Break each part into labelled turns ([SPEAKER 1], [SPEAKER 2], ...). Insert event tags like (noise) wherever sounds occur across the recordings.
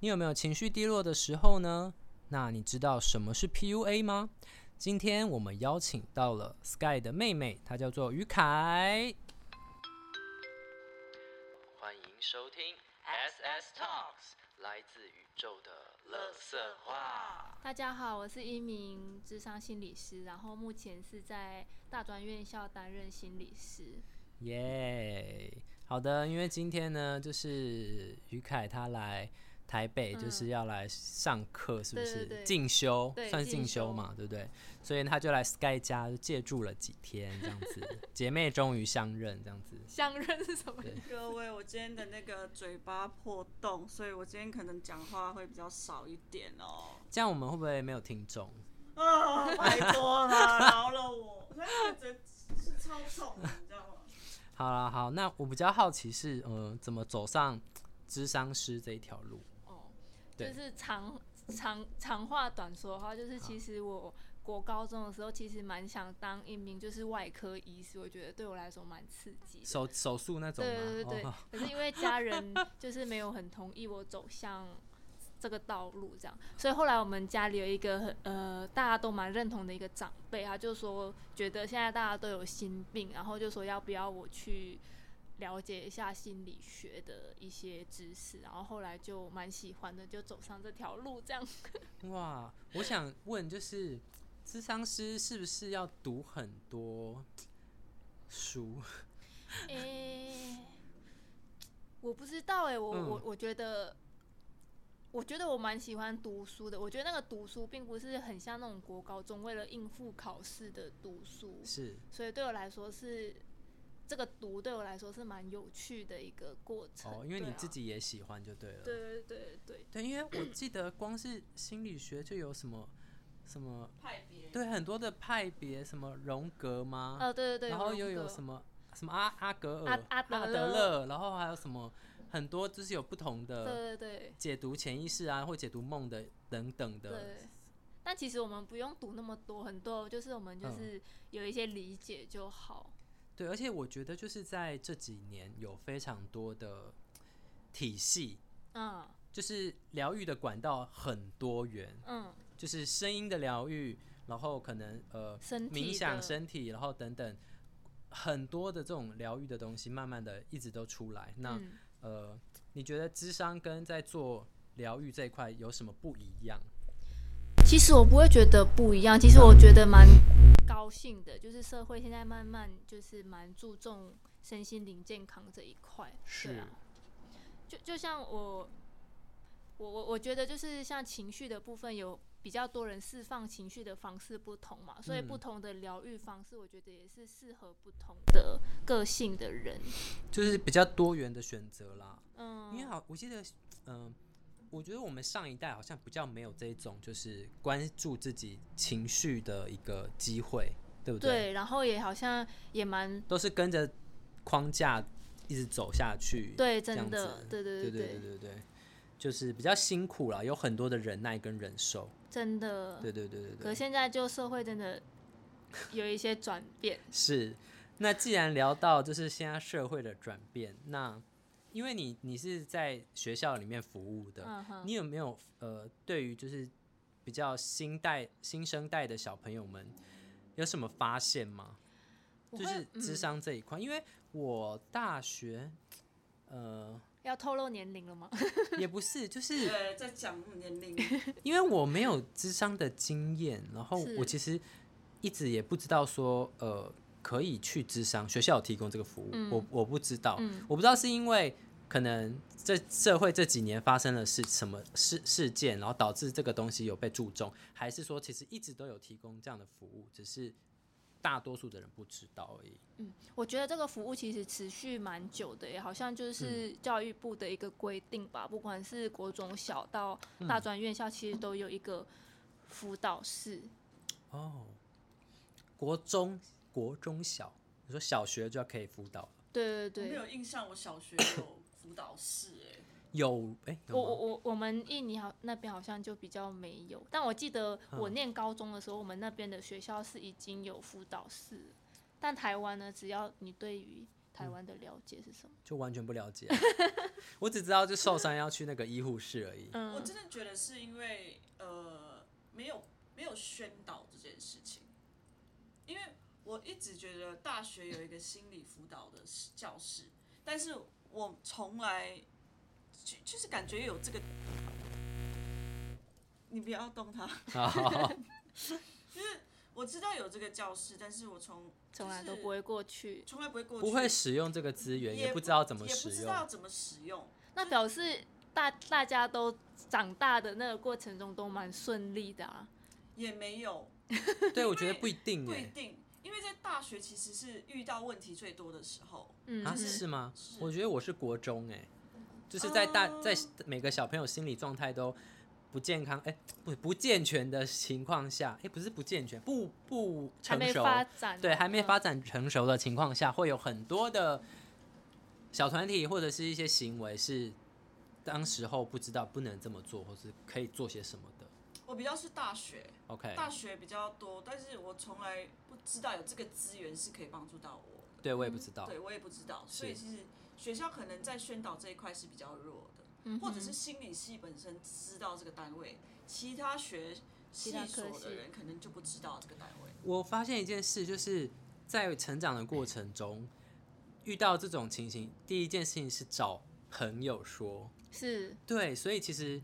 [SPEAKER 1] 你有没有情绪低落的时候呢？那你知道什么是 PUA 吗？今天我们邀请到了 Sky 的妹妹，她叫做于凯。欢迎收听 SS Talks，来自宇宙的乐色话。
[SPEAKER 2] 大家好，我是一名智商心理师，然后目前是在大专院校担任心理师。
[SPEAKER 1] 耶、好的，因为今天呢，就是于凯他来台北，就是要来上课，是不
[SPEAKER 2] 对
[SPEAKER 1] 是
[SPEAKER 2] 嗯对对
[SPEAKER 1] 进修？
[SPEAKER 2] 对
[SPEAKER 1] 算是
[SPEAKER 2] 进
[SPEAKER 1] 进修
[SPEAKER 2] 修
[SPEAKER 1] 嘛，对不对？所以他就来 Sky 家就借住了几天，这样子，
[SPEAKER 2] (laughs)
[SPEAKER 1] 姐妹终于相认，这样子。
[SPEAKER 2] 相认是什么
[SPEAKER 1] 对
[SPEAKER 2] 意思？
[SPEAKER 3] 各位，我今天的那个嘴巴破洞，所以我今天可能讲话会比较少一点哦。
[SPEAKER 1] 这样我们会不会没有听众？
[SPEAKER 3] 啊，拜托啦，饶了我！我现在觉得是超痛的，你知道吗？
[SPEAKER 1] 好啦，好，那我比较好奇是，嗯、怎么走上智商师这一条路？
[SPEAKER 2] 哦，就
[SPEAKER 1] 对
[SPEAKER 2] 是长长长话短说的话，就是其实我国高中的时候，其实蛮想当一名就是外科医师，我觉得对我来说蛮刺激的。
[SPEAKER 1] 手手术那种吗？
[SPEAKER 2] 对对对对
[SPEAKER 1] 哦，
[SPEAKER 2] 可是因为家人就是没有很同意我走向这个道路，这样，所以后来我们家里有一个很呃大家都蛮认同的一个长辈，他就说觉得现在大家都有心病，然后就说要不要我去了解一下心理学的一些知识，然后后来就蛮喜欢的，就走上这条路这样。
[SPEAKER 1] 哇，我想问，就是智商师是不是要读很多
[SPEAKER 2] (laughs)
[SPEAKER 1] 书？
[SPEAKER 2] 诶、我不知道诶、我、我
[SPEAKER 1] 嗯
[SPEAKER 2] 我觉得，我觉得我蛮喜欢读书的。我觉得那个读书并不是很像那种国高中为了应付考试的读书，
[SPEAKER 1] 是
[SPEAKER 2] 所以对我来说是这个读对我来说是蛮有趣的一个过程。
[SPEAKER 1] 哦，因为
[SPEAKER 2] 对
[SPEAKER 1] 你
[SPEAKER 2] 啊
[SPEAKER 1] 自己也喜欢就对了。
[SPEAKER 2] 对对对对，
[SPEAKER 1] 对，因为我记得光是心理学就有什么什么，
[SPEAKER 3] 派别
[SPEAKER 1] 对，很多的派别，什么荣格吗？
[SPEAKER 2] 呃对对对，
[SPEAKER 1] 啊然后又有什
[SPEAKER 2] 么？
[SPEAKER 1] 么什么阿阿格尔、
[SPEAKER 2] 阿阿
[SPEAKER 1] 德
[SPEAKER 2] 德勒
[SPEAKER 1] 勒，然后还有什么很多就是有不同的
[SPEAKER 2] 对对对
[SPEAKER 1] 解读潜意识啊，或解读梦的等等的。
[SPEAKER 2] 对。但其实我们不用读那么多，很多就是我们就
[SPEAKER 1] 嗯
[SPEAKER 2] 是有一些理解就好。
[SPEAKER 1] 对，而且我觉得就是在这几年有非常多的体系，
[SPEAKER 2] 嗯
[SPEAKER 1] 就是疗愈的管道很多元，
[SPEAKER 2] 嗯，
[SPEAKER 1] 就是声音的疗愈，然后可能呃
[SPEAKER 2] 身体
[SPEAKER 1] 冥想
[SPEAKER 2] 的
[SPEAKER 1] 身体，然后等等很多的这种疗愈的东西，慢慢的一直都出来。那、
[SPEAKER 2] 嗯
[SPEAKER 1] 呃，你觉得智商跟在做疗愈这一块有什么不一样？
[SPEAKER 2] 其实我不会觉得不一样，其实我觉得蛮高兴的，就是社会现在慢慢就是蛮注重身心灵健康这一块，对啊，就就像我，我我我觉得就是像情绪的部分有。比较多人释放情绪的方式不同嘛，所以
[SPEAKER 1] 嗯
[SPEAKER 2] 不同的疗愈方式，我觉得也是适合不同的个性的人。
[SPEAKER 1] 就是比较多元的选择啦。
[SPEAKER 2] 嗯，
[SPEAKER 1] 因为好，我记得，嗯、我觉得我们上一代好像比较没有这种就是关注自己情绪的一个机会，对不
[SPEAKER 2] 对，然后也好像也蛮
[SPEAKER 1] 都是跟着框架一直走下去。
[SPEAKER 2] 对，
[SPEAKER 1] 这样
[SPEAKER 2] 真的
[SPEAKER 1] 子，
[SPEAKER 2] 对对
[SPEAKER 1] 对对对对，就是比较辛苦啦，有很多的忍耐跟忍受。
[SPEAKER 2] 真的，
[SPEAKER 1] 对对对对
[SPEAKER 2] 嗯可
[SPEAKER 1] 对，
[SPEAKER 2] 现在就社会真的有一些转
[SPEAKER 1] (laughs)
[SPEAKER 2] 变，
[SPEAKER 1] 是。那既然聊到就是现在社会的转变，那因为你你是在学校里面服务的，
[SPEAKER 2] 嗯哼，
[SPEAKER 1] 你有没有呃，对于就是比较新代新生代的小朋友们，有什么发现吗？
[SPEAKER 2] 我
[SPEAKER 1] 就
[SPEAKER 2] 会
[SPEAKER 1] 是智
[SPEAKER 2] 嗯
[SPEAKER 1] 商这一块，因为我大学，呃，
[SPEAKER 2] 要透露年龄
[SPEAKER 1] (laughs)
[SPEAKER 2] 了吗？
[SPEAKER 1] 也不是，就是
[SPEAKER 3] 对，在讲年龄，
[SPEAKER 1] 因为我没有智商的经验，然后
[SPEAKER 2] 是
[SPEAKER 1] 我其实一直也不知道说，呃，可以去智商，学校有提供这个服务，我
[SPEAKER 2] 嗯
[SPEAKER 1] 我不知道，
[SPEAKER 2] 嗯
[SPEAKER 1] 我不知道是因为可能这社会这几年发生了是什么事事件，然后导致这个东西有被注重，还是说其实一直都有提供这样的服务，只是大多数的人不知道而已。
[SPEAKER 2] 嗯，我觉得这个服务其实持续蛮久的耶，好像
[SPEAKER 1] 嗯
[SPEAKER 2] 就是教育部的一个规定吧，不管是国中小到
[SPEAKER 1] 嗯
[SPEAKER 2] 大专院校，其实都有一个辅导室。
[SPEAKER 1] 哦，国中国中小，你说小学就要可以辅导了，
[SPEAKER 2] 对
[SPEAKER 3] 我
[SPEAKER 2] 对
[SPEAKER 3] 哦没
[SPEAKER 2] 对，
[SPEAKER 3] 有印象，我小学有辅导室、哎，
[SPEAKER 1] 有哎，有
[SPEAKER 2] 我
[SPEAKER 1] 吗
[SPEAKER 2] 我我我们印尼好那边好像就比较没有，但我记得
[SPEAKER 1] 嗯
[SPEAKER 2] 我念高中的时候，我们那边的学校是已经有辅导室了，但台湾呢，只要你对于台湾的了解是什么？
[SPEAKER 1] 就完全不了解 (laughs) 啊、我只知道就受伤要去那个医护室而已。
[SPEAKER 3] 我
[SPEAKER 2] 嗯，
[SPEAKER 3] 真的觉得是因为呃，没有没有宣导这件事情，因为我一直觉得大学有一个心理辅导的教室，但是我从来就就是感觉有这个，你不要动
[SPEAKER 1] (laughs)
[SPEAKER 3] 它，
[SPEAKER 1] 好，
[SPEAKER 3] 就是我知道有这个教室，但是我从
[SPEAKER 2] 从来
[SPEAKER 3] 就
[SPEAKER 2] 都
[SPEAKER 3] 是
[SPEAKER 2] 不会过去。
[SPEAKER 3] 从来不会过去，
[SPEAKER 1] 不会使用这个资源，
[SPEAKER 3] 也
[SPEAKER 1] 也不知道怎么
[SPEAKER 3] 也不
[SPEAKER 1] 使
[SPEAKER 3] 知
[SPEAKER 1] 用
[SPEAKER 3] 道。怎么使用，
[SPEAKER 2] 那表示大大家都长大的那个过程中都蛮顺利的啊。
[SPEAKER 3] 也没有
[SPEAKER 1] 对，我觉得不一定
[SPEAKER 3] 不一
[SPEAKER 1] 哎、
[SPEAKER 3] 定，因为在大学其实是遇到问题最多的时候。
[SPEAKER 2] 嗯，
[SPEAKER 1] 啊，
[SPEAKER 2] 嗯
[SPEAKER 1] 是吗？
[SPEAKER 3] 是
[SPEAKER 1] 我觉得我是国中哎、就是在大
[SPEAKER 3] 哦
[SPEAKER 1] 在每个小朋友心理状态都不健康哎、不不健全的情况下，哎、不是不健全，不不
[SPEAKER 2] 还
[SPEAKER 1] 成
[SPEAKER 2] 没
[SPEAKER 1] 熟，
[SPEAKER 2] 发展，
[SPEAKER 1] 对，还没发
[SPEAKER 2] 嗯。
[SPEAKER 1] 展成熟的情况下，会有很多的小团体或者是一些行为是当时候不知道不能这么做，或是可以做些什么的。
[SPEAKER 3] 我比较是大学，
[SPEAKER 1] OK，
[SPEAKER 3] 大学比较多，但是我从来不知道有这个资源是可以帮助到我
[SPEAKER 1] 对我也不知道。
[SPEAKER 3] 的，嗯对我也不知道，所以其实学校可能在宣导这一块是比较弱的，
[SPEAKER 2] 嗯哼
[SPEAKER 3] 或者是心理系本身知道这个单位，其他学系
[SPEAKER 2] 其他科
[SPEAKER 3] 所的
[SPEAKER 2] 系
[SPEAKER 3] 人可能就不知道这个单位。
[SPEAKER 1] 我发现一件事，就是在成长的过程中，遇到这种情形，第一件事情是找朋友说。
[SPEAKER 2] 是
[SPEAKER 1] 对，所以其实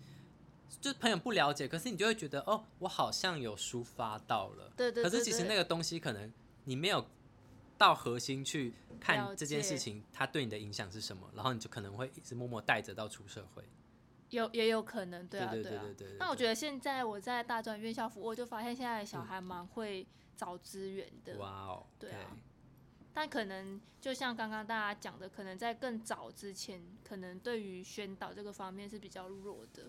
[SPEAKER 1] 就朋友不了解，可是你就会觉得哦，我好像有抒发到了。
[SPEAKER 2] 对对对
[SPEAKER 1] 可是其实
[SPEAKER 2] 对
[SPEAKER 1] 那个东西可能你没有到核心去看
[SPEAKER 2] 了
[SPEAKER 1] 这件事
[SPEAKER 2] 解
[SPEAKER 1] 情，它对你的影响是什么，然后你就可能会一直默默带着到出社会。
[SPEAKER 2] 有也有可能，对啊，
[SPEAKER 1] 对对
[SPEAKER 2] 啊
[SPEAKER 1] 对对对对
[SPEAKER 2] 那我
[SPEAKER 1] 对嗯
[SPEAKER 2] 觉得现在我在大专院校服务，我就发现现在的小孩蛮会找资源的，
[SPEAKER 1] 哇哦，
[SPEAKER 2] 对啊但可能就像刚刚大家讲的，可能在更早之前，可能对于宣导这个方面是比较弱的。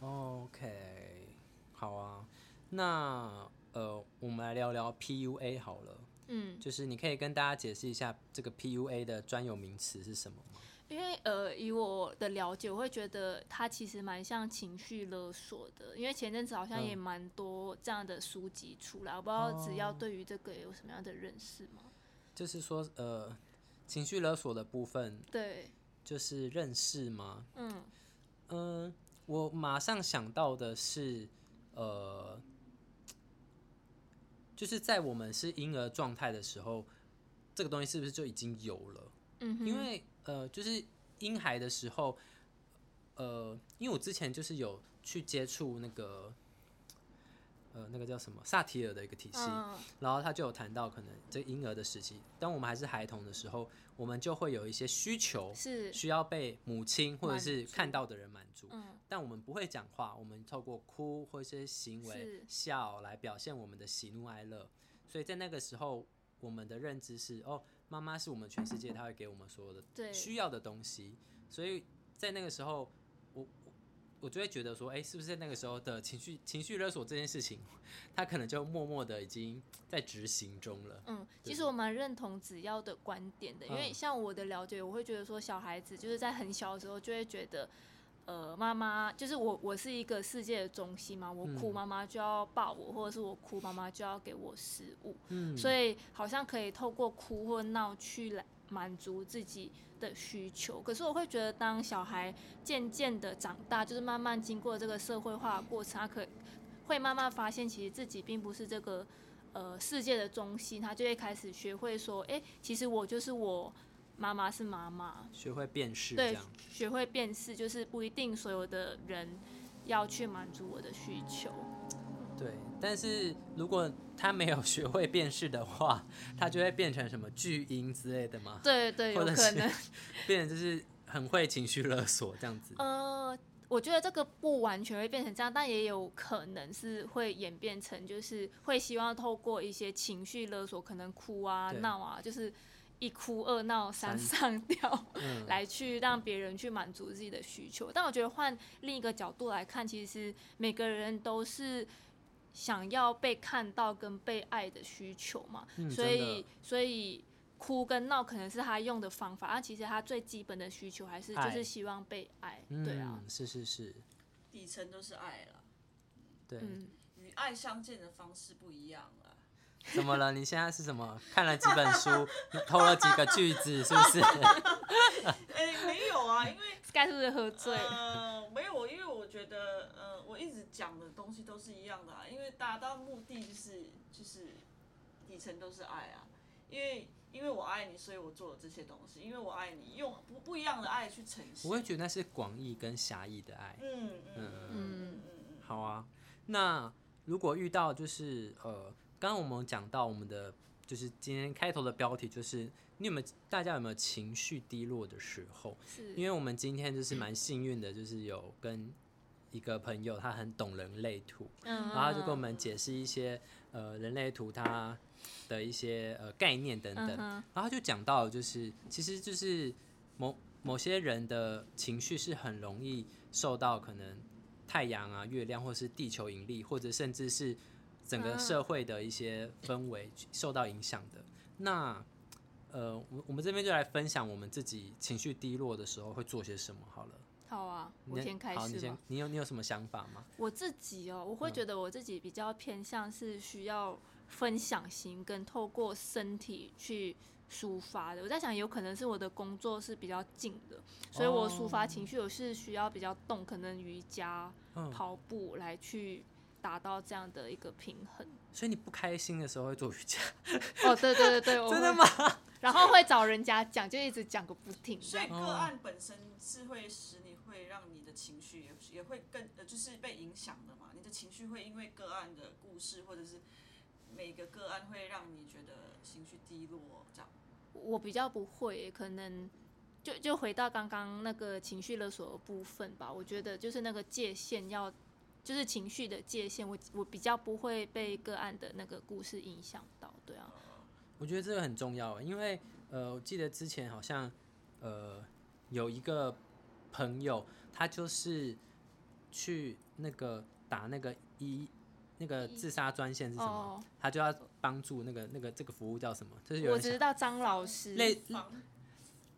[SPEAKER 1] OK，好啊，那呃，我们来聊聊 PUA 好了，
[SPEAKER 2] 嗯，
[SPEAKER 1] 就是你可以跟大家解释一下这个 PUA 的专有名词是什么吗？
[SPEAKER 2] 因为呃，以我的了解，我会觉得它其实蛮像情绪勒索的。因为前阵子好像也
[SPEAKER 1] 嗯
[SPEAKER 2] 蛮多这样的书籍出来，我不知道只要
[SPEAKER 1] 哦
[SPEAKER 2] 对于这个有什么样的认识吗？
[SPEAKER 1] 就是说呃，情绪勒索的部分
[SPEAKER 2] 对，
[SPEAKER 1] 就是认识吗？
[SPEAKER 2] 嗯，
[SPEAKER 1] 嗯，我马上想到的是，呃，就是在我们是婴儿状态的时候，这个东西是不是就已经有了？
[SPEAKER 2] 嗯哼，
[SPEAKER 1] 因为呃，就是婴孩的时候，呃，因为我之前就是有去接触那个，呃，那个叫什么萨提尔的一个体系，
[SPEAKER 2] 嗯
[SPEAKER 1] 然后他就有谈到，可能这婴儿的时期，当我们还是孩童的时候，我们就会有一些需求
[SPEAKER 2] 是
[SPEAKER 1] 需要被母亲或者是
[SPEAKER 2] 满足
[SPEAKER 1] 看到的人满足。
[SPEAKER 2] 嗯
[SPEAKER 1] 但我们不会讲话，我们透过哭或一些行为
[SPEAKER 2] 是、
[SPEAKER 1] 笑来表现我们的喜怒哀乐。所以在那个时候，我们的认知是哦，妈妈是我们全世界，她会给我们所有的
[SPEAKER 2] 对
[SPEAKER 1] 需要的东西。所以在那个时候，我我我就会觉得说，哎、是不是在那个时候的情绪情绪勒索这件事情， (laughs) 它可能就默默的已经在执行中了。
[SPEAKER 2] 嗯，其
[SPEAKER 1] 对
[SPEAKER 2] 实我蛮认同子耀的观点的，因为
[SPEAKER 1] 嗯
[SPEAKER 2] 像我的了解，我会觉得说小孩子就是在很小的时候就会觉得，呃，妈妈就是我，我是一个世界的中心嘛，我哭
[SPEAKER 1] 嗯
[SPEAKER 2] 妈妈就要抱我，或者是我哭妈妈就要给我食物，
[SPEAKER 1] 嗯，
[SPEAKER 2] 所
[SPEAKER 1] 以
[SPEAKER 2] 以好像可以透过哭或闹去来满足自己的需求。可是我会觉得，当小孩渐渐的长大，就是慢慢经过这个社会化的过程，他可会慢慢发现，其实自己并不是这个呃世界的中心，他就会开始学会说，诶，其实我就是我，妈妈是妈妈，
[SPEAKER 1] 学会辨识这
[SPEAKER 2] 对
[SPEAKER 1] 样。，
[SPEAKER 2] 学会辨识，就是不一定所有的人要去满足我的需求。
[SPEAKER 1] 对，但是如果他没有 (laughs) 学会辨识的话，他就会变成什么巨婴之类的吗？
[SPEAKER 2] 对对，有
[SPEAKER 1] 或者
[SPEAKER 2] 可
[SPEAKER 1] 是
[SPEAKER 2] 能。
[SPEAKER 1] 变成就是很会情绪勒索这样子。
[SPEAKER 2] 呃，我觉得这个不完全会变成这样，但也有可能是会演变成，就是会希望透过一些情绪勒索，可能哭啊、
[SPEAKER 1] 对
[SPEAKER 2] 闹啊，就是一哭二闹三
[SPEAKER 1] 三
[SPEAKER 2] 上吊，
[SPEAKER 1] 嗯，
[SPEAKER 2] 来去让别人去满足自己的需求。但我觉得换另一个角度来看，其实每个人都是。想要被看到跟被爱的需求嘛，
[SPEAKER 1] 嗯
[SPEAKER 2] 所
[SPEAKER 1] 真
[SPEAKER 2] 以
[SPEAKER 1] 的
[SPEAKER 2] 所以哭跟闹可能是他用的方法，啊但其实他最基本的需求还是就
[SPEAKER 1] 爱
[SPEAKER 2] 是希望被爱，
[SPEAKER 1] 嗯，
[SPEAKER 2] 对啊，
[SPEAKER 1] 是是是，
[SPEAKER 3] 底层都是爱啦，
[SPEAKER 1] 对，
[SPEAKER 2] 嗯，
[SPEAKER 3] 与爱相见的方式不一样啦。
[SPEAKER 1] 怎么了？你现在是什么？看了几本书，偷了几个句子，是不 (laughs) 是？
[SPEAKER 3] 哎、没有啊，因为
[SPEAKER 2] Sky 是不是喝醉？
[SPEAKER 3] 呃，没有，因为我觉得，呃，我一直讲的东西都是一样的、啊，因为达到目的就是就是底层都是爱啊，因为因为我爱你，所以我做了这些东西，因为我爱你，用不不一样的爱去呈现。
[SPEAKER 1] 我会觉得那是广义跟狭义的爱。
[SPEAKER 3] 嗯嗯嗯嗯嗯嗯，
[SPEAKER 1] 好啊，那如果遇到就是呃，刚刚我们讲到我们的就是今天开头的标题就是你有没有大家有没有情绪低落的时候？
[SPEAKER 2] 是
[SPEAKER 1] 因为我们今天就是蛮幸运的，就是有跟一个朋友，他很懂人类图，
[SPEAKER 2] 嗯
[SPEAKER 1] 然后他就跟我们解释一些呃人类图它的一些呃概念等等，
[SPEAKER 2] 嗯哼
[SPEAKER 1] 然后他就讲到就是其实就是某某些人的情绪是很容易受到可能太阳啊、月亮或是地球引力，或者甚至是整个
[SPEAKER 2] 嗯
[SPEAKER 1] 社会的一些氛围受到影响的。那呃，我我们这边就来分享我们自己情绪低落的时候会做些什么好了。
[SPEAKER 2] 好啊，我
[SPEAKER 1] 你
[SPEAKER 2] 先开
[SPEAKER 1] 好，你
[SPEAKER 2] 始
[SPEAKER 1] 先
[SPEAKER 2] 吧。，
[SPEAKER 1] 你有你有什么想法吗？
[SPEAKER 2] 我自己哦，我会觉得我自己比较偏向是需要分享型跟透过身体去抒发的。我在想，有可能是我的工作是比较静的，所以我抒发情绪我是需要比较动，可能瑜伽、
[SPEAKER 1] 嗯，
[SPEAKER 2] 跑步来去达到这样的一个平衡。
[SPEAKER 1] 所以你不开心的时候会做瑜伽，
[SPEAKER 2] 哦，对对对对，我
[SPEAKER 1] 真的
[SPEAKER 2] 会
[SPEAKER 1] 吗？
[SPEAKER 2] 然后会找人家讲，就一直讲个不停。这
[SPEAKER 3] 所以
[SPEAKER 2] 样
[SPEAKER 3] 个案本身是会使你会让你的情绪也也会更呃，就是被影响的嘛。你的情绪会因为个案的故事或者是每个个案会让你觉得情绪低落这样。
[SPEAKER 2] 我比较不会，可能就就回到刚刚那个情绪勒索的部分吧。我觉得就是那个界限要，就是情绪的界限，我我比较不会被个案的那个故事影响到。对啊，
[SPEAKER 1] 我觉得这个很重要，因为呃，我记得之前好像呃有一个朋友，他就是去那个打那个一那个自杀专线是什么，
[SPEAKER 2] 哦，
[SPEAKER 1] 他就要帮助那个那个这个服务叫什么？就是有
[SPEAKER 2] 我
[SPEAKER 1] 人
[SPEAKER 2] 知
[SPEAKER 1] 想
[SPEAKER 2] 道张老师
[SPEAKER 1] 类
[SPEAKER 3] 防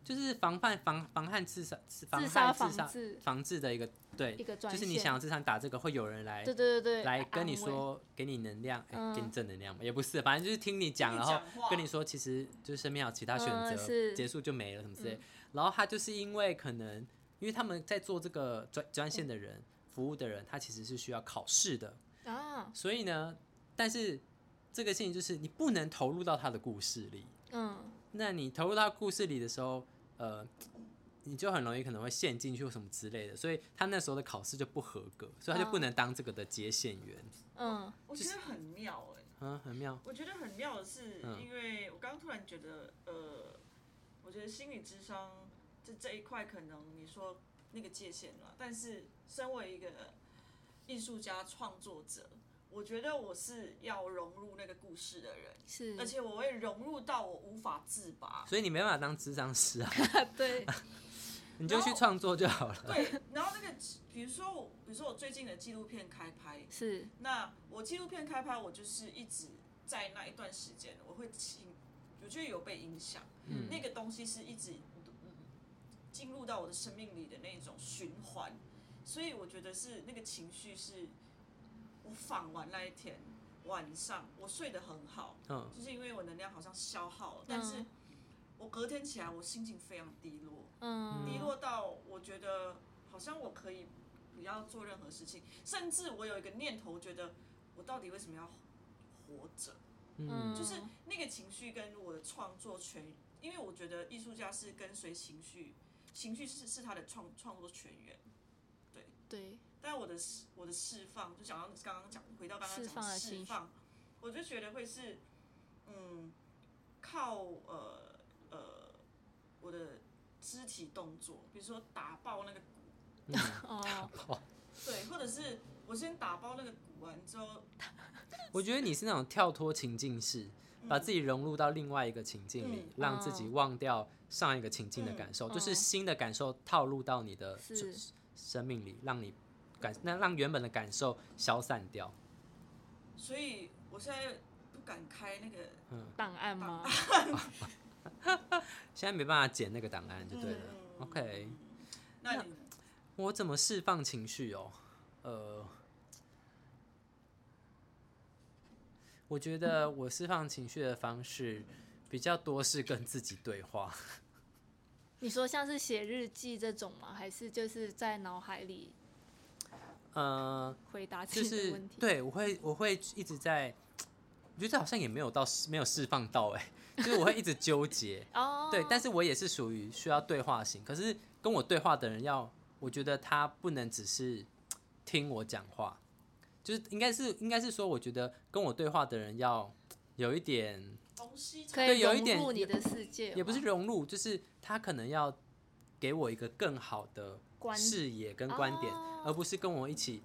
[SPEAKER 1] 就是防范防防范自杀防
[SPEAKER 2] 自杀
[SPEAKER 1] 害
[SPEAKER 2] 防
[SPEAKER 1] 自杀
[SPEAKER 2] 治
[SPEAKER 1] 防治的一个对
[SPEAKER 2] 一，个专
[SPEAKER 1] 就
[SPEAKER 2] 线，
[SPEAKER 1] 是你想要自杀打这个，会有人来
[SPEAKER 2] 对对对对，
[SPEAKER 1] 来跟你
[SPEAKER 2] 安慰，
[SPEAKER 1] 说，给你能量，哎、给你
[SPEAKER 2] 嗯
[SPEAKER 1] 正能量嘛，也不是，反正就是听你讲，
[SPEAKER 3] 听
[SPEAKER 1] 然
[SPEAKER 3] 你
[SPEAKER 1] 后
[SPEAKER 3] 讲话
[SPEAKER 1] 跟你说，其实就是身边还有其他选
[SPEAKER 2] 嗯
[SPEAKER 1] 择，
[SPEAKER 2] 是嗯
[SPEAKER 1] 结束就没了什么之类。然后他就是因为可能，因为他们在做这个专专线的人、服务的人，他其实是需要考试的，
[SPEAKER 2] 啊，
[SPEAKER 1] 所以呢，但是这个事情就是你不能投入到他的故事里，
[SPEAKER 2] 嗯，
[SPEAKER 1] 那你投入到故事里的时候，呃，你就很容易可能会陷进去或什么之类的，所以他那时候的考试就不合格，所以他就不
[SPEAKER 2] 嗯
[SPEAKER 1] 能当这个的接线员。
[SPEAKER 2] 嗯，
[SPEAKER 3] 我觉得很妙哎、
[SPEAKER 1] 嗯，很妙。
[SPEAKER 3] 我觉得很妙的是，
[SPEAKER 1] 嗯
[SPEAKER 3] 因为我刚刚突然觉得，呃，我觉得心理智商这这一块，可能你说那个界限了，但是身为一个艺术家创作者，我觉得我是要融入那个故事的人，
[SPEAKER 2] 是
[SPEAKER 3] 而，且我会融入到我无法自拔。
[SPEAKER 1] 所以你没办法当智商师啊，
[SPEAKER 2] 对，
[SPEAKER 1] 你就去创作就好了。
[SPEAKER 3] 哦对，然后那个，比如说我，比如说我最近的纪录片开拍，
[SPEAKER 2] 是，
[SPEAKER 3] 那我纪录片开拍，我就是一直在那一段时间，我会情，我觉得有被影响，
[SPEAKER 1] 嗯
[SPEAKER 3] 那个东西是一直嗯进入到我的生命里的那种循环，所以我觉得是那个情绪是，我访完那一天晚上，我睡得很好，
[SPEAKER 1] 嗯，
[SPEAKER 3] 就是因为我能量好像消耗了，但是
[SPEAKER 2] 嗯
[SPEAKER 3] 我隔天起来，我心情非常低落，
[SPEAKER 2] 嗯，
[SPEAKER 3] 低落到我觉得好像我可以不要做任何事情，甚至我有一个念头，觉得我到底为什么要活着？
[SPEAKER 1] 嗯
[SPEAKER 3] 就是那个情绪跟我的创作全，因为我觉得艺术家是跟随情绪，情绪是是他的创创作全员。
[SPEAKER 2] 对，
[SPEAKER 3] 但我的释我的释放，就讲到刚刚讲，回到刚刚
[SPEAKER 2] 释放
[SPEAKER 3] 讲
[SPEAKER 2] 的
[SPEAKER 3] 的
[SPEAKER 2] 情
[SPEAKER 3] 释
[SPEAKER 2] 绪
[SPEAKER 3] 放，我就觉得会是，嗯，靠呃呃我的肢体动作，比如说打爆那个鼓，
[SPEAKER 1] (laughs)
[SPEAKER 2] 哦，
[SPEAKER 3] 对，或者是我先打包那个鼓完之后，
[SPEAKER 1] 我觉得你是那种跳脱情境式，把自己融入到另外一个情境里
[SPEAKER 3] 嗯，哦
[SPEAKER 1] 让自己忘掉上一个情境的感受，就是新的感受套入到你的
[SPEAKER 2] 是
[SPEAKER 1] 生命里，让你感那让原本的感受消散掉。
[SPEAKER 3] 所以我现在不敢开那个，
[SPEAKER 1] 嗯
[SPEAKER 2] 档案吗？
[SPEAKER 1] 现在没办法剪那个档案就对了。
[SPEAKER 3] 嗯
[SPEAKER 1] OK，
[SPEAKER 3] 那你
[SPEAKER 1] 我怎么释放情绪哦？呃，我觉得我释放情绪的方式比较多是跟自己对话。
[SPEAKER 2] 你说像是写日记这种吗？还是就是在脑海里
[SPEAKER 1] 嗯，
[SPEAKER 2] 回答
[SPEAKER 1] 就
[SPEAKER 2] 自己
[SPEAKER 1] 是
[SPEAKER 2] 的问题？
[SPEAKER 1] 对我会我会一直在，我觉得这好像也没有到没有释放到哎、就是我会一直纠结。
[SPEAKER 2] 哦，
[SPEAKER 1] 对，但是我也是属于需要对话型，可是跟我对话的人要，我觉得他不能只是听我讲话，就是应该是应该是说，我觉得跟我对话的人要有一点，
[SPEAKER 3] 东西才
[SPEAKER 2] 可
[SPEAKER 1] 对
[SPEAKER 2] 以
[SPEAKER 1] 有
[SPEAKER 2] 融
[SPEAKER 1] 一点
[SPEAKER 2] 入你的世界吗，
[SPEAKER 1] 也不是融入，就是他可能要给我一个更好的
[SPEAKER 2] 观
[SPEAKER 1] 视野跟观点，
[SPEAKER 2] 哦
[SPEAKER 1] 而不是跟我一起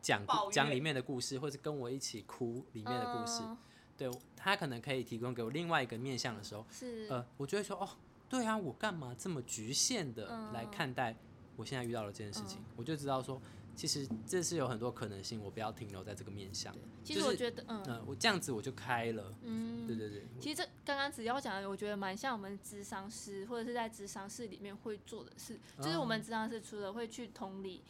[SPEAKER 1] 讲
[SPEAKER 3] 抱怨
[SPEAKER 1] 讲里面的故事，或是跟我一起哭里面的故事。
[SPEAKER 2] 嗯
[SPEAKER 1] 对他可能可以提供给我另外一个面向的时候，
[SPEAKER 2] 是
[SPEAKER 1] 呃，我就会说哦，对啊，我干嘛这么局限的来
[SPEAKER 2] 嗯
[SPEAKER 1] 看待我现在遇到的这件事情？
[SPEAKER 2] 嗯
[SPEAKER 1] 我就知道说，其实这是有很多可能性，我不要停留在这个面向。
[SPEAKER 2] 其
[SPEAKER 1] 就
[SPEAKER 2] 实我
[SPEAKER 1] 是
[SPEAKER 2] 觉得，嗯
[SPEAKER 1] 呃，我这样子我就开了。
[SPEAKER 2] 嗯，
[SPEAKER 1] 对对对，
[SPEAKER 2] 其实这刚刚子要讲的，我觉得蛮像我们智商师或者是在智商室里面会做的事，就是我们
[SPEAKER 1] 哦
[SPEAKER 2] 智商师除了会去同理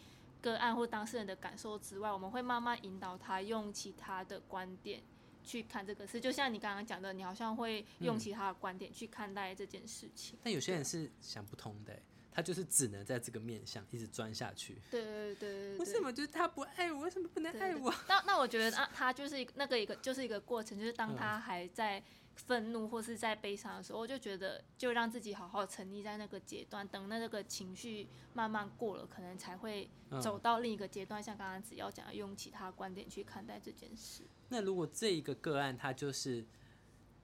[SPEAKER 2] 个案或当事人的感受之外，我们会慢慢引导他用其他的观点去看这个事。就像你刚刚讲的，你好像会用
[SPEAKER 1] 嗯
[SPEAKER 2] 其他的观点去看待这件事情。
[SPEAKER 1] 但有些人是想不通的欸，他就是只能在这个面向一直钻下去。
[SPEAKER 2] 对对对对
[SPEAKER 1] 为
[SPEAKER 2] 对
[SPEAKER 1] 什。么就是他不爱我？为什么不能
[SPEAKER 2] 对
[SPEAKER 1] 爱
[SPEAKER 2] 对
[SPEAKER 1] 我？ (laughs)
[SPEAKER 2] 那那我觉得啊，他就是一个那个一个就是一个过程，就是当
[SPEAKER 1] 嗯
[SPEAKER 2] 他还在愤怒或是在悲伤的时候，我就觉得就让自己好好沉溺在那个阶段，等那个情绪慢慢过了，可能才会
[SPEAKER 1] 嗯
[SPEAKER 2] 走到另一个阶段。像刚刚子要讲的，用其他观点去看待这件事。
[SPEAKER 1] 那如果这一个个案，他就是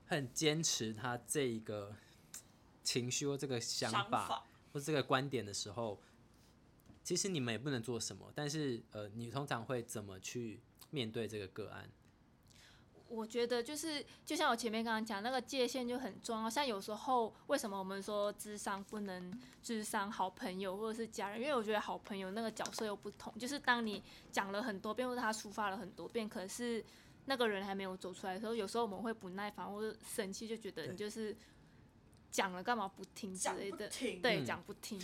[SPEAKER 1] 很坚持他这一个情绪或这个想
[SPEAKER 3] 想
[SPEAKER 1] 法，或这个观点的时候，其实你们也不能做什么，但是呃，你通常会怎么去面对这个个案？
[SPEAKER 2] 我觉得就是，就像我前面刚刚讲，那个界限就很重要。像有时候为什么我们说智商不能智商好朋友或者是家人？因为我觉得好朋友那个角色又不同。就是当你讲了很多遍，或者他抒发了很多遍，可是那个人还没有走出来的时候，有时候我们会不耐烦或者生气，就觉得
[SPEAKER 1] 对
[SPEAKER 2] 你就是讲了干嘛不听之
[SPEAKER 3] 讲
[SPEAKER 2] 类
[SPEAKER 3] 不
[SPEAKER 2] 的。
[SPEAKER 3] 停，
[SPEAKER 2] 对，
[SPEAKER 1] 嗯
[SPEAKER 2] 讲不听。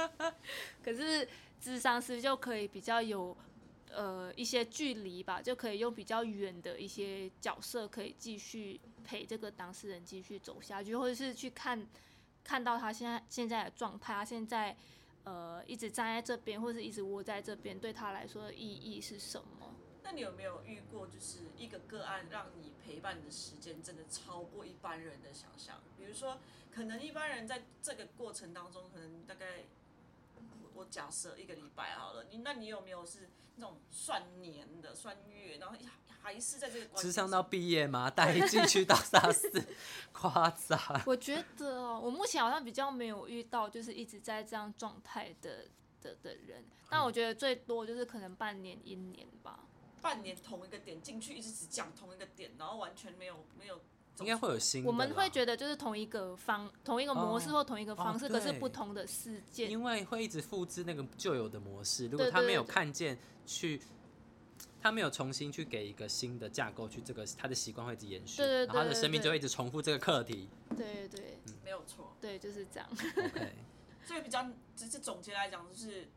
[SPEAKER 2] (laughs) 可是智商师就可以比较有呃一些距离吧，就可以用比较远的一些角色，可以继续陪这个当事人继续走下去，或者是去看看到他现在现在的状态，他现在呃一直站在这边，或是一直窝在这边，对他来说的意义是什么？
[SPEAKER 3] 那你有没有遇过，就是一个个案让你陪伴的时间真的超过一般人的想象？比如说，可能一般人在这个过程当中，可能大概我我假设一个礼拜好了，你那你有没有是那种算年的、算月，然后还是在这个关
[SPEAKER 1] 智
[SPEAKER 3] 系
[SPEAKER 1] 商到毕业吗？大一进去到大四， (laughs) 夸张。
[SPEAKER 2] 我觉得哦，我目前好像比较没有遇到，就是一直在这样状态的的的人。但我
[SPEAKER 1] 嗯
[SPEAKER 2] 觉得最多就是可能半年一年吧。
[SPEAKER 3] 半年同一个点进去，一直只讲同一个点，然后完全没有没有
[SPEAKER 1] 应
[SPEAKER 3] 走出，
[SPEAKER 1] 该会有新的啦。
[SPEAKER 2] 我们会觉得就是同一个方、同一个模式
[SPEAKER 1] 哦
[SPEAKER 2] 或同一个方式，
[SPEAKER 1] 哦
[SPEAKER 2] 可是
[SPEAKER 1] 对
[SPEAKER 2] 不同的事件。
[SPEAKER 1] 因为会一直复制那个旧有的模式。如果他
[SPEAKER 2] 对
[SPEAKER 1] 没有
[SPEAKER 2] 对
[SPEAKER 1] 看见去，他没有重新去给一个新的架构去这个，他的习惯会一直延续，
[SPEAKER 2] 对对对
[SPEAKER 1] 然后他的
[SPEAKER 2] 对
[SPEAKER 1] 生命
[SPEAKER 2] 对
[SPEAKER 1] 就会一直重复这个课题。
[SPEAKER 2] 对对
[SPEAKER 1] 嗯
[SPEAKER 3] 没有错。
[SPEAKER 2] 对，就是
[SPEAKER 1] (laughs)
[SPEAKER 2] 这样。
[SPEAKER 1] OK，
[SPEAKER 3] 所以比较，只是总结来讲，就是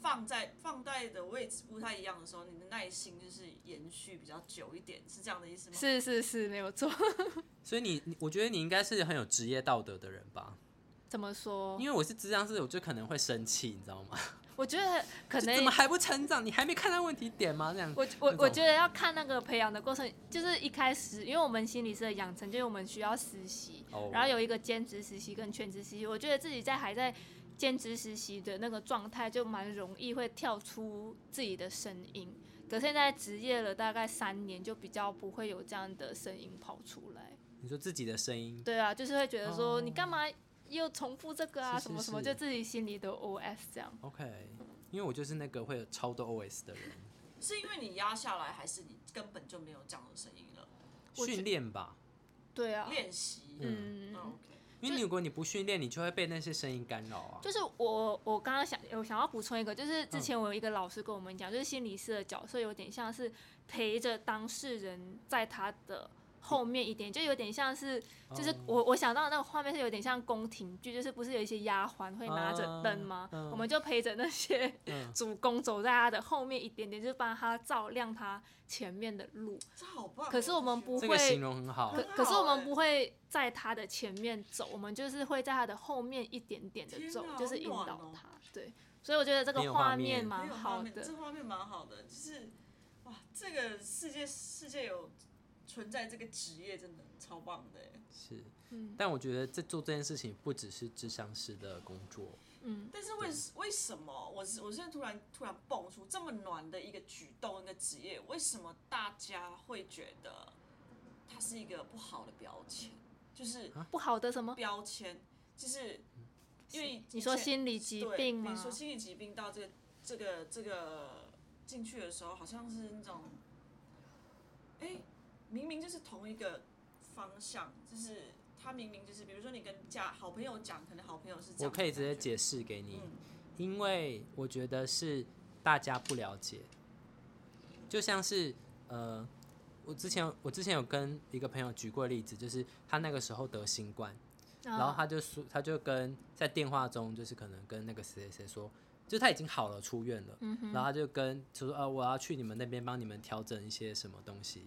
[SPEAKER 3] 放在放在的位置不太一样的时候，你的耐心就是延续比较久一点，是这样的意思吗？
[SPEAKER 2] 是是是，没有错。 (laughs)
[SPEAKER 1] 所以你，你我觉得你应该是很有职业道德的人吧？
[SPEAKER 2] 怎么说？
[SPEAKER 1] 因为我是智商师，我就可能会生气，你知道吗？
[SPEAKER 2] 我觉得
[SPEAKER 1] (laughs)
[SPEAKER 2] 可
[SPEAKER 1] 就
[SPEAKER 2] 能
[SPEAKER 1] 怎么还不成长？你还没看到问题点吗？这样
[SPEAKER 2] 我我
[SPEAKER 1] 那
[SPEAKER 2] 我
[SPEAKER 1] 种
[SPEAKER 2] 觉得要看那个培养的过程，就是一开始，因为我们心理师的养成，就是我们需要实习
[SPEAKER 1] 哦
[SPEAKER 2] 然后有一个兼职实习跟全职实习。我觉得自己在还在兼职实习的那个状态，就蛮容易会跳出自己的声音。可现在职业了大概三年，就比较不会有这样的声音跑出来。
[SPEAKER 1] 你说自己的声音，
[SPEAKER 2] 对啊，就是会觉得说、
[SPEAKER 1] 哦
[SPEAKER 2] 你干嘛又重复这个啊，
[SPEAKER 1] 是
[SPEAKER 2] 什么
[SPEAKER 1] 是
[SPEAKER 2] 什么，
[SPEAKER 1] 是
[SPEAKER 2] 就自己心里的 OS 这样。
[SPEAKER 1] OK，因为我就是那个会有超多 OS 的人，
[SPEAKER 3] 是因为你压下来，还是你根本就没有这样的声音了？
[SPEAKER 2] 我觉
[SPEAKER 1] 训练吧。
[SPEAKER 2] 对啊，
[SPEAKER 3] 练习，
[SPEAKER 2] 嗯。
[SPEAKER 1] 哦
[SPEAKER 3] 嗯，OK，
[SPEAKER 1] 因为你如果你不训练，你就会被那些声音干扰啊。
[SPEAKER 2] 就是我我刚刚想有想要补充一个，就是
[SPEAKER 1] 嗯
[SPEAKER 2] 之前我有一个老师跟我们讲，就是心理师的角色有点像是陪着当事人在他的后面一点，就有点像是，就是
[SPEAKER 1] 嗯哦
[SPEAKER 2] 我我想到的那个画面是有点像宫廷剧，就是不是有一些丫鬟会拿着灯吗？
[SPEAKER 1] 嗯嗯
[SPEAKER 2] 我们就陪着那些
[SPEAKER 1] 嗯
[SPEAKER 2] 主公走在他的后面一点点，就是帮他照亮他前面的路。
[SPEAKER 3] 这好棒哦。
[SPEAKER 2] 可是我们
[SPEAKER 3] 这
[SPEAKER 2] 不
[SPEAKER 1] 这
[SPEAKER 3] 学问
[SPEAKER 1] 个
[SPEAKER 2] 会
[SPEAKER 1] 形容很好啊
[SPEAKER 2] 可
[SPEAKER 3] 很
[SPEAKER 2] 可是我
[SPEAKER 3] 好
[SPEAKER 2] 们
[SPEAKER 3] 欸
[SPEAKER 2] 不会在他的前面走，我们就是会在他的后面一点点的
[SPEAKER 3] 天
[SPEAKER 2] 走
[SPEAKER 3] 哪，好
[SPEAKER 2] 就是引
[SPEAKER 3] 暖
[SPEAKER 2] 导
[SPEAKER 3] 哦
[SPEAKER 2] 他。对，所以我觉得这
[SPEAKER 1] 很
[SPEAKER 2] 个
[SPEAKER 1] 有
[SPEAKER 2] 画
[SPEAKER 1] 画面
[SPEAKER 2] 面
[SPEAKER 3] 很
[SPEAKER 2] 蛮
[SPEAKER 3] 有画
[SPEAKER 2] 好
[SPEAKER 3] 面这
[SPEAKER 2] 的。
[SPEAKER 3] 画面蛮好的，就是哇，这个世界世界有存在这个职业真的超棒的欸，
[SPEAKER 1] 是，
[SPEAKER 2] 嗯
[SPEAKER 1] 但我觉得这做这件事情不只是智商师的工作，
[SPEAKER 2] 嗯，
[SPEAKER 3] 但是为为什么我是我现在突然突然蹦出这么暖的一个举动一个职业，为什么大家会觉得它是一个不好的标签？就是
[SPEAKER 1] 啊
[SPEAKER 2] 不好的什么？
[SPEAKER 3] 标签，就是因为
[SPEAKER 2] 你说
[SPEAKER 3] 以前
[SPEAKER 2] 心理疾
[SPEAKER 3] 对
[SPEAKER 2] 病吗
[SPEAKER 3] 你？说心理疾病到这个这个这个进去的时候，好像是那种，哎、明明就是同一个方向，就是他明明就是，比如说你跟家好朋友讲，可能好朋友是这
[SPEAKER 1] 我
[SPEAKER 3] 样，
[SPEAKER 1] 可以直接，解释给你，
[SPEAKER 3] 嗯
[SPEAKER 1] 因为我觉得是大家不了解，就像是呃，我之前我之前有跟一个朋友举过例子，就是他那个时候得新冠，
[SPEAKER 3] 啊
[SPEAKER 2] 然
[SPEAKER 1] 然后他就说，他就跟在电话中，就是可能跟那个谁谁谁说，就是他已经好了，出院了，然后他就跟就说，呃，我要去你们那边帮你们调整一些什么东西，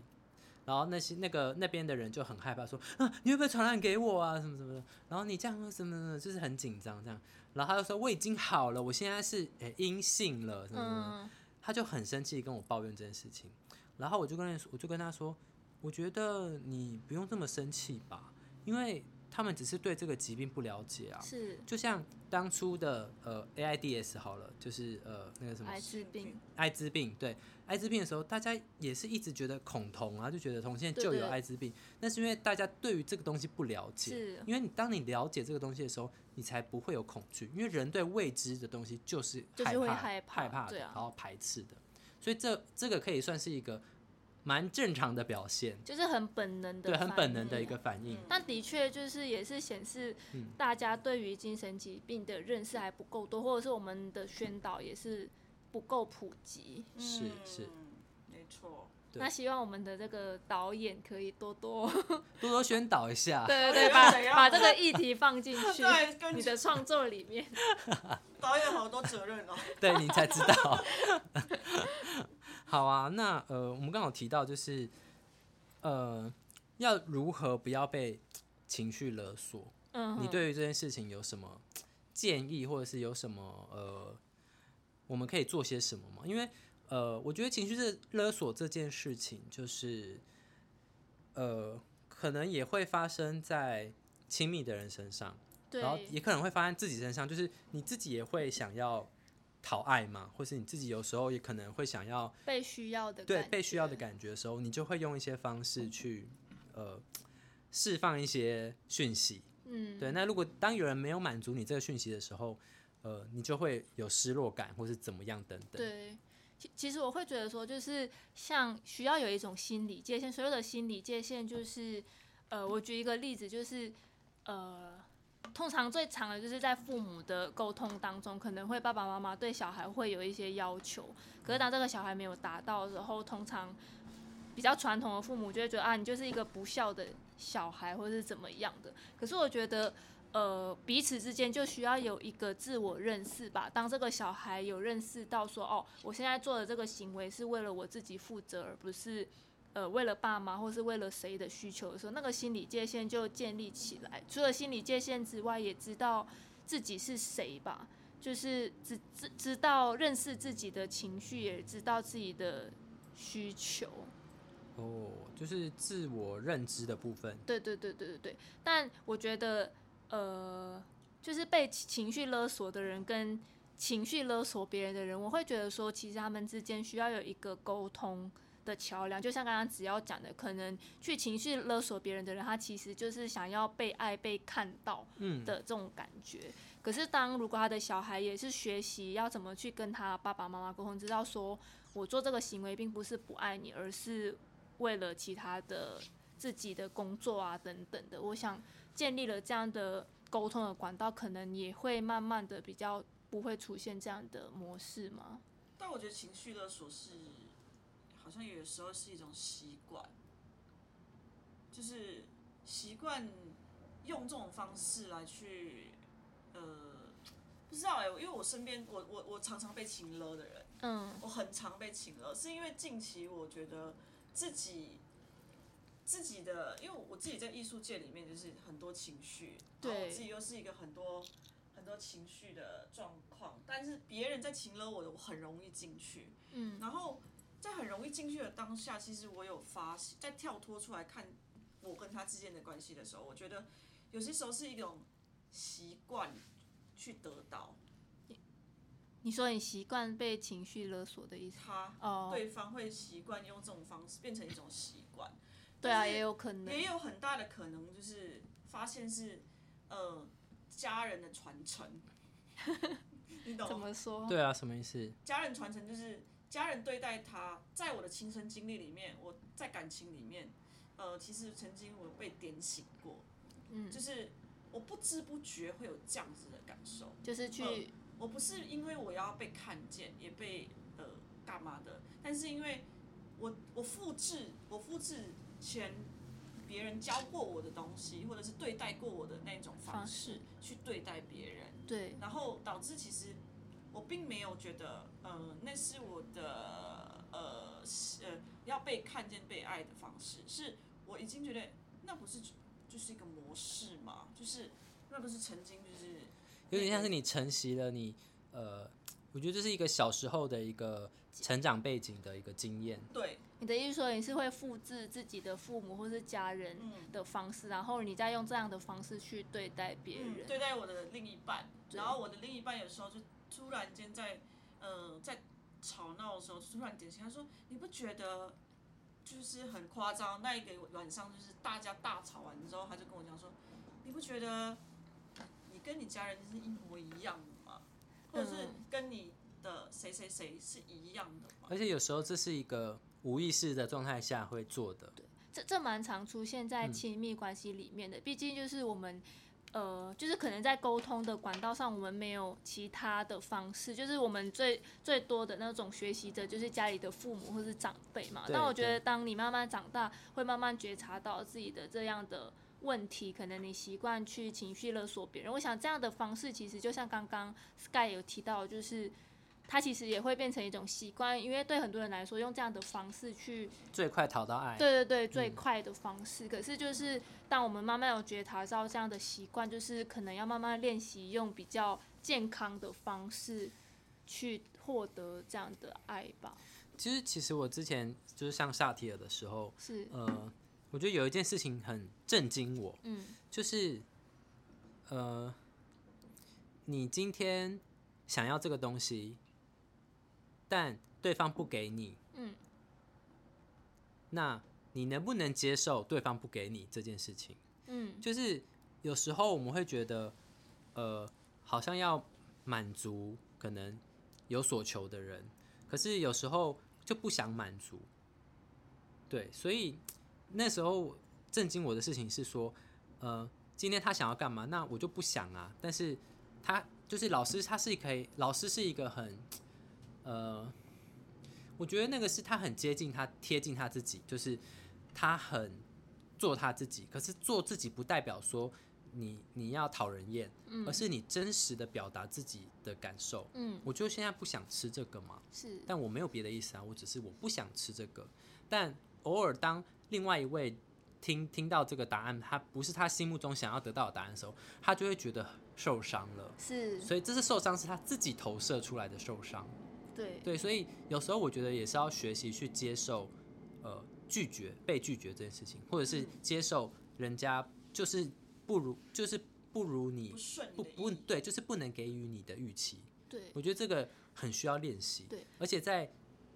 [SPEAKER 1] 然后那些那个那边的人就很害怕说，啊，你会不会传染给我啊，什么什么的，然后你这样什么什么的，就是很紧张这样，然后他就说我已经好了，我现在是诶阴性了，什么什么的，
[SPEAKER 2] 嗯，
[SPEAKER 1] 他就很生气跟我抱怨这件事情，然后我就跟人我就跟他说，我觉得你不用这么生气吧，因为他们只是对这个疾病不了解啊。
[SPEAKER 2] 是
[SPEAKER 1] 就像当初的呃 AIDS 好了，就是呃那个什么
[SPEAKER 2] 艾滋病，
[SPEAKER 1] 艾滋病，对艾滋病的时候，大家也是一直觉得恐同啊，就觉得同性恋就
[SPEAKER 2] 对
[SPEAKER 1] 有
[SPEAKER 2] 对
[SPEAKER 1] 艾滋病，那是因为大家对于这个东西不了解。
[SPEAKER 2] 是
[SPEAKER 1] 因为你当你了解这个东西的时候，你才不会有恐惧，因为人对未知的东西就是
[SPEAKER 2] 就是
[SPEAKER 1] 害
[SPEAKER 2] 会
[SPEAKER 1] 怕、
[SPEAKER 2] 害怕
[SPEAKER 1] 的，
[SPEAKER 2] 对啊
[SPEAKER 1] 然后排斥的，所以这这个可以算是一个蛮正常的表现，
[SPEAKER 2] 就是很本能的，
[SPEAKER 1] 对，很本能的一
[SPEAKER 2] 啊
[SPEAKER 1] 个。反应。
[SPEAKER 3] 嗯
[SPEAKER 2] 但的确就是也是显示
[SPEAKER 1] 嗯
[SPEAKER 2] 大家对于精神疾病的认识还不够多，或者是我们的宣导也是不够普及。
[SPEAKER 1] 是是，
[SPEAKER 3] 嗯没错，
[SPEAKER 1] 对
[SPEAKER 2] 那希望我们的这个导演可以多多，
[SPEAKER 1] 多多宣导一下。
[SPEAKER 2] 对
[SPEAKER 3] 对
[SPEAKER 2] 对对，
[SPEAKER 3] 要
[SPEAKER 2] 把
[SPEAKER 3] 怎样
[SPEAKER 2] 把这个议题放进去
[SPEAKER 3] (laughs) 对，跟
[SPEAKER 2] 你的创作里面。
[SPEAKER 3] 导演好多责任哦， (laughs)
[SPEAKER 1] 对你才知道。 (laughs) 好啊，那呃，我们刚好提到就是，呃，要如何不要被情绪勒索？
[SPEAKER 2] (laughs) 嗯，
[SPEAKER 1] 你对于这件事情有什么建议，或者是有什么呃，我们可以做些什么吗？因为呃，我觉得情绪的勒索这件事情，就是呃，可能也会发生在亲密的人身上。
[SPEAKER 2] 对
[SPEAKER 1] 然后也可能会发现自己身上，就是你自己也会想要讨爱嘛，或是你自己有时候也可能会想要
[SPEAKER 2] 被需要的
[SPEAKER 1] 对
[SPEAKER 2] 感
[SPEAKER 1] 被需要的
[SPEAKER 2] 觉
[SPEAKER 1] 感觉的时候，你就会用一些方式去呃释放一些讯息。
[SPEAKER 2] 嗯，
[SPEAKER 1] 对，那如果当有人没有满足你这个讯息的时候，呃，你就会有失落感，或是怎么样等等。
[SPEAKER 2] 对，其其实我会觉得说，就是像需要有一种心理界限，所有的心理界限就是，呃，我举一个例子，就是呃，通常最常的就是在父母的沟通当中，可能会爸爸妈妈对小孩会有一些要求，可是当这个小孩没有达到的时候，通常比较传统的父母就会觉得啊，你就是一个不孝的小孩，或是怎么样的。可是我觉得，呃，彼此之间就需要有一个自我认识吧。当这个小孩有认识到说，哦，我现在做的这个行为是为了我自己负责，而不是呃为了爸妈或是为了谁的需求的时候，那个心理界限就建立起来。除了心理界限之外，也知道自己是谁吧。就是知知知道认识自己的情绪，也知道自己的需求。
[SPEAKER 1] 哦，就是自我认知的部分。
[SPEAKER 2] 对对对对对对。但我觉得，呃，就是被情情绪勒索的人跟情绪勒索别人的人，我会觉得说，其实他们之间需要有一个沟通的桥梁。就像刚刚只要讲的，可能去情绪勒索别人的人，他其实就是想要被爱、被看到
[SPEAKER 1] 嗯，
[SPEAKER 2] 的这种感觉。可是当如果他的小孩也是学习要怎么去跟他爸爸妈妈沟通，知道说我做这个行为并不是不爱你，而是为了其他的自己的工作啊等等的，我想建立了这样的沟通的管道，可能也会慢慢的比较不会出现这样的模式嘛。
[SPEAKER 3] 但我觉得情绪勒索是，好像有时候是一种习惯，就是习惯用这种方式来去，呃，不知道哎、因为我身边我我我常常被情勒的人，
[SPEAKER 2] 嗯
[SPEAKER 3] 我很常被请了，是因为近期我觉得自己自己的，因为我自己在艺术界里面就是很多情绪，然后我
[SPEAKER 2] 对
[SPEAKER 3] 自己又是一个很多很多情绪的状况，但是别人在请了我的，我很容易进去，
[SPEAKER 2] 嗯
[SPEAKER 3] 然后在很容易进去的当下，其实我有发现，在跳脱出来看我跟他之间的关系的时候，我觉得有些时候是一种习惯去得到
[SPEAKER 2] 你说你习惯被情绪勒索的意思？
[SPEAKER 3] 他。
[SPEAKER 2] 哦，
[SPEAKER 3] 对方会习惯用这种方式变成一种习惯，
[SPEAKER 2] 对啊，
[SPEAKER 3] 就是
[SPEAKER 2] 也有可能。
[SPEAKER 3] 也有很大的可能就是发现是呃家人的传
[SPEAKER 2] (laughs)
[SPEAKER 3] 承，你
[SPEAKER 2] 怎
[SPEAKER 3] 懂吗？
[SPEAKER 2] 么说？
[SPEAKER 1] 对啊，什么意思？
[SPEAKER 3] 家人传承就是家人对待他，在我的亲身经历里面，我在感情里面，呃，其实曾经我被点醒过，
[SPEAKER 2] 嗯，
[SPEAKER 3] 就是我不知不觉会有这样子的感受。
[SPEAKER 2] 就是去
[SPEAKER 3] 我不是因为我要被看见，也被呃干嘛的，但是因为我我复制我复制前别人教过我的东西，或者是对待过我的那种方
[SPEAKER 2] 方
[SPEAKER 3] 式去对待别人，
[SPEAKER 2] 对，
[SPEAKER 3] 然后导致其实我并没有觉得，呃，那是我的呃是呃要被看见、被爱的方式，是我已经觉得那不是就就是一个模式嘛，就是那不是曾经就是。
[SPEAKER 1] 有点像是你承袭了你呃，我觉得这是一个小时候的一个成长背景的一个经验。
[SPEAKER 3] 对，
[SPEAKER 2] 你的意思说你是会复制自己的父母或是家人
[SPEAKER 3] 嗯，
[SPEAKER 2] 的方式，然后你再用这样的方式去对待别
[SPEAKER 3] 嗯，
[SPEAKER 2] 人。
[SPEAKER 3] 对待我的另一半，
[SPEAKER 2] 对
[SPEAKER 3] 然后我的另一半有时候就突然间在，呃，在吵闹的时候突然点醒，他说：“你不觉得就是很夸张？那一个晚上就是大家大吵完之后，他就跟我讲说，你不觉得你跟你家人是一模一样的吗？或者是
[SPEAKER 2] 嗯
[SPEAKER 3] 跟你的谁谁谁是一样的吗？”
[SPEAKER 1] 而且有时候这是一个无意识的状态下会做的。
[SPEAKER 2] 这这蛮常出现
[SPEAKER 1] 嗯
[SPEAKER 2] 在亲密关系里面的，毕竟就是我们。呃，就是可能在沟通的管道上，我们没有其他的方式，就是我们最最多的那种学习者，就是家里的父母或是长辈嘛。
[SPEAKER 1] 对
[SPEAKER 2] 但我觉
[SPEAKER 1] 对
[SPEAKER 2] 得，当你慢慢长大，会慢慢觉察到自己的这样的问题，可能你习惯去情绪勒索别人。我想这样的方式，其实就像刚刚 Sky 有提到，就是它其实也会变成一种习惯，因为对很多人来说，用这样的方式去
[SPEAKER 1] 最快讨到爱，
[SPEAKER 2] 对对对，最快的方式。可是就是当我们慢慢有觉察到这样的习惯，就是可能要慢慢练习用比较健康的方式去获得这样的爱吧。
[SPEAKER 1] 其实其实我之前就是上萨提尔的时候，
[SPEAKER 2] 是，
[SPEAKER 1] 呃，我觉得有一件事情很震惊我，
[SPEAKER 2] 嗯
[SPEAKER 1] 就是呃，你今天想要这个东西，但对方不给你，
[SPEAKER 2] 嗯，
[SPEAKER 1] 那你能不能接受对方不给你这件事情？
[SPEAKER 2] 嗯，
[SPEAKER 1] 就是有时候我们会觉得，呃，好像要满足可能有所求的人，可是有时候就不想满足。对，所以那时候震惊我的事情是说，呃，今天他想要干嘛，那我就不想啊。但是他就是老师，他是可以，老师是一个很，呃，我觉得那个是他很接近他贴近他自己，就是他很做他自己。可是做自己不代表说你你要讨人厌，而是你真实的表达自己的感受。
[SPEAKER 2] 嗯，
[SPEAKER 1] 我就现在不想吃这个嘛，
[SPEAKER 2] 是，
[SPEAKER 1] 但我没有别的意思啊，我只是我不想吃这个。但偶尔当另外一位听听到这个答案，他不是他心目中想要得到的答案的时候，他就会觉得受伤了。
[SPEAKER 2] 是，
[SPEAKER 1] 所以这是受伤，是他自己投射出来的受伤。
[SPEAKER 2] 对，
[SPEAKER 1] 对，所以有时候我觉得也是要学习去接受，呃，拒绝被拒绝这件事情，或者是
[SPEAKER 3] 嗯
[SPEAKER 1] 接受人家就是不如就是不如你
[SPEAKER 3] 不顺你
[SPEAKER 1] 不
[SPEAKER 3] 的
[SPEAKER 1] 不
[SPEAKER 3] 意，
[SPEAKER 1] 对，就是不能给予你的预期。
[SPEAKER 2] 对，
[SPEAKER 1] 我觉得这个很需要练习。
[SPEAKER 2] 对，
[SPEAKER 1] 而且在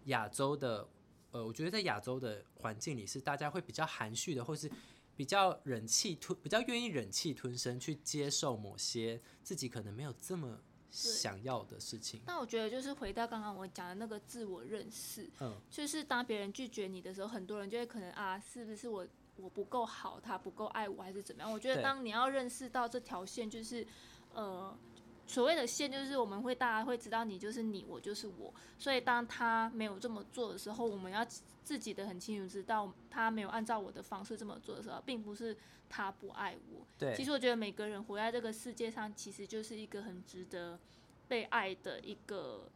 [SPEAKER 1] 亚洲的，呃，我觉得在亚洲的环境里是大家会比较含蓄的，或是比较忍气吞，比较愿意忍气吞声去接受某些自己可能没有这么想要的事情。
[SPEAKER 2] 那我觉得就是回到刚刚我讲的那个自我认识，
[SPEAKER 1] 嗯，
[SPEAKER 2] 就是当别人拒绝你的时候，很多人就会可能啊，是不是我我不够好，他不够爱我，还是怎么样？我觉得
[SPEAKER 1] 对
[SPEAKER 2] 当你要认识到这条线，就是呃，所谓的线就是我们会大家会知道你就是你，我就是我，所以当他没有这么做的时候，我们要自己的很清楚知道他没有按照我的方式这么做的时候，并不是他不爱我。
[SPEAKER 1] 对，
[SPEAKER 2] 其实我觉得每个人活在这个世界上，其实就是一个很值得被爱的一个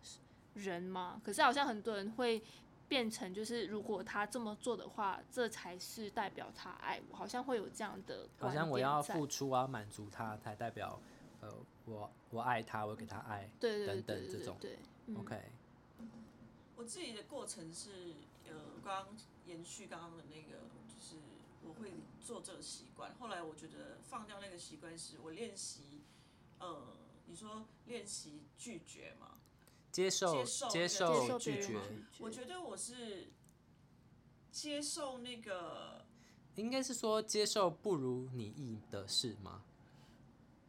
[SPEAKER 2] 人嘛。可是好像很多人会变成，就是如果他这么做的话，这才是代表他爱我，好像会有这样的
[SPEAKER 1] 好
[SPEAKER 2] 观点在。
[SPEAKER 1] 像我要付出，我要满足他，才代表呃我我爱他，我给他爱。
[SPEAKER 2] 对对对
[SPEAKER 1] 等等
[SPEAKER 2] 对
[SPEAKER 1] 这
[SPEAKER 2] 对
[SPEAKER 1] 种
[SPEAKER 2] 对嗯
[SPEAKER 1] OK，
[SPEAKER 3] 我自己的过程是，呃，刚刚延续刚刚的那个，就是我会做这个习惯。后来我觉得放掉那个习惯是我练习，呃，你说练习拒绝嘛？
[SPEAKER 1] 接受
[SPEAKER 3] 接受
[SPEAKER 1] 接
[SPEAKER 3] 对
[SPEAKER 2] 接
[SPEAKER 1] 受
[SPEAKER 2] 受
[SPEAKER 1] 拒
[SPEAKER 2] 别人
[SPEAKER 1] 绝
[SPEAKER 2] 的，
[SPEAKER 3] 我觉得我是接受那个，
[SPEAKER 1] 应该是说接受不如你意的事吗？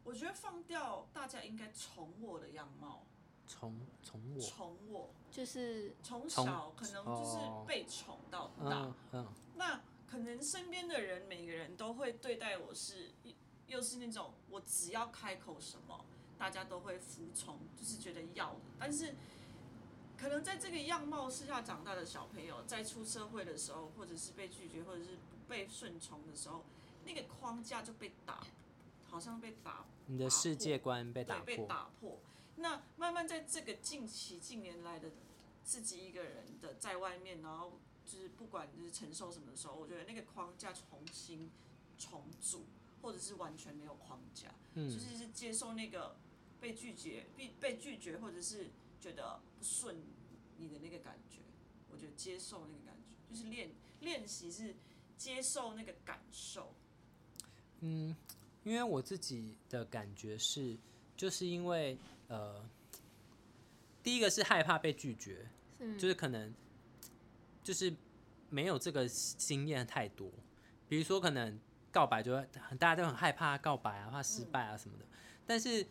[SPEAKER 3] 我觉得放掉大家应该宠我的样貌，
[SPEAKER 1] 从从我，
[SPEAKER 3] 宠我，
[SPEAKER 2] 就是
[SPEAKER 3] 从
[SPEAKER 1] 宠
[SPEAKER 3] 小可能就是
[SPEAKER 1] 哦
[SPEAKER 3] 被宠到大。
[SPEAKER 1] 嗯嗯，
[SPEAKER 3] 那可能身边的人每个人都会对待我是，又是那种我只要开口什么，大家都会服从，就是觉得要的。但是，可能在这个样貌之下长大的小朋友，在出社会的时候，或者是被拒绝，或者是不被顺从的时候，那个框架就被打，好像被打
[SPEAKER 1] 你的
[SPEAKER 3] 打
[SPEAKER 1] 世
[SPEAKER 3] 破
[SPEAKER 1] 界观被打
[SPEAKER 3] 对，被
[SPEAKER 1] 破，
[SPEAKER 3] 打破。那慢慢在这个近期近年来的自己一个人的在外面，然后就是不管就是承受什么的时候，我觉得那个框架重新重组，或者是完全没有框架，就
[SPEAKER 1] 嗯，
[SPEAKER 3] 是是接受那个被拒绝、被被拒绝，或者是觉得不顺你的那个感觉。我觉得接受那个感觉，就是练练习是接受那个感受。
[SPEAKER 1] 嗯，因为我自己的感觉是，就是因为呃，第一个是害怕被拒绝，
[SPEAKER 2] 嗯，
[SPEAKER 1] 就是可能就是没有这个经验太多，比如说可能告白就会大家都很害怕告白啊，怕失败啊什么的。但是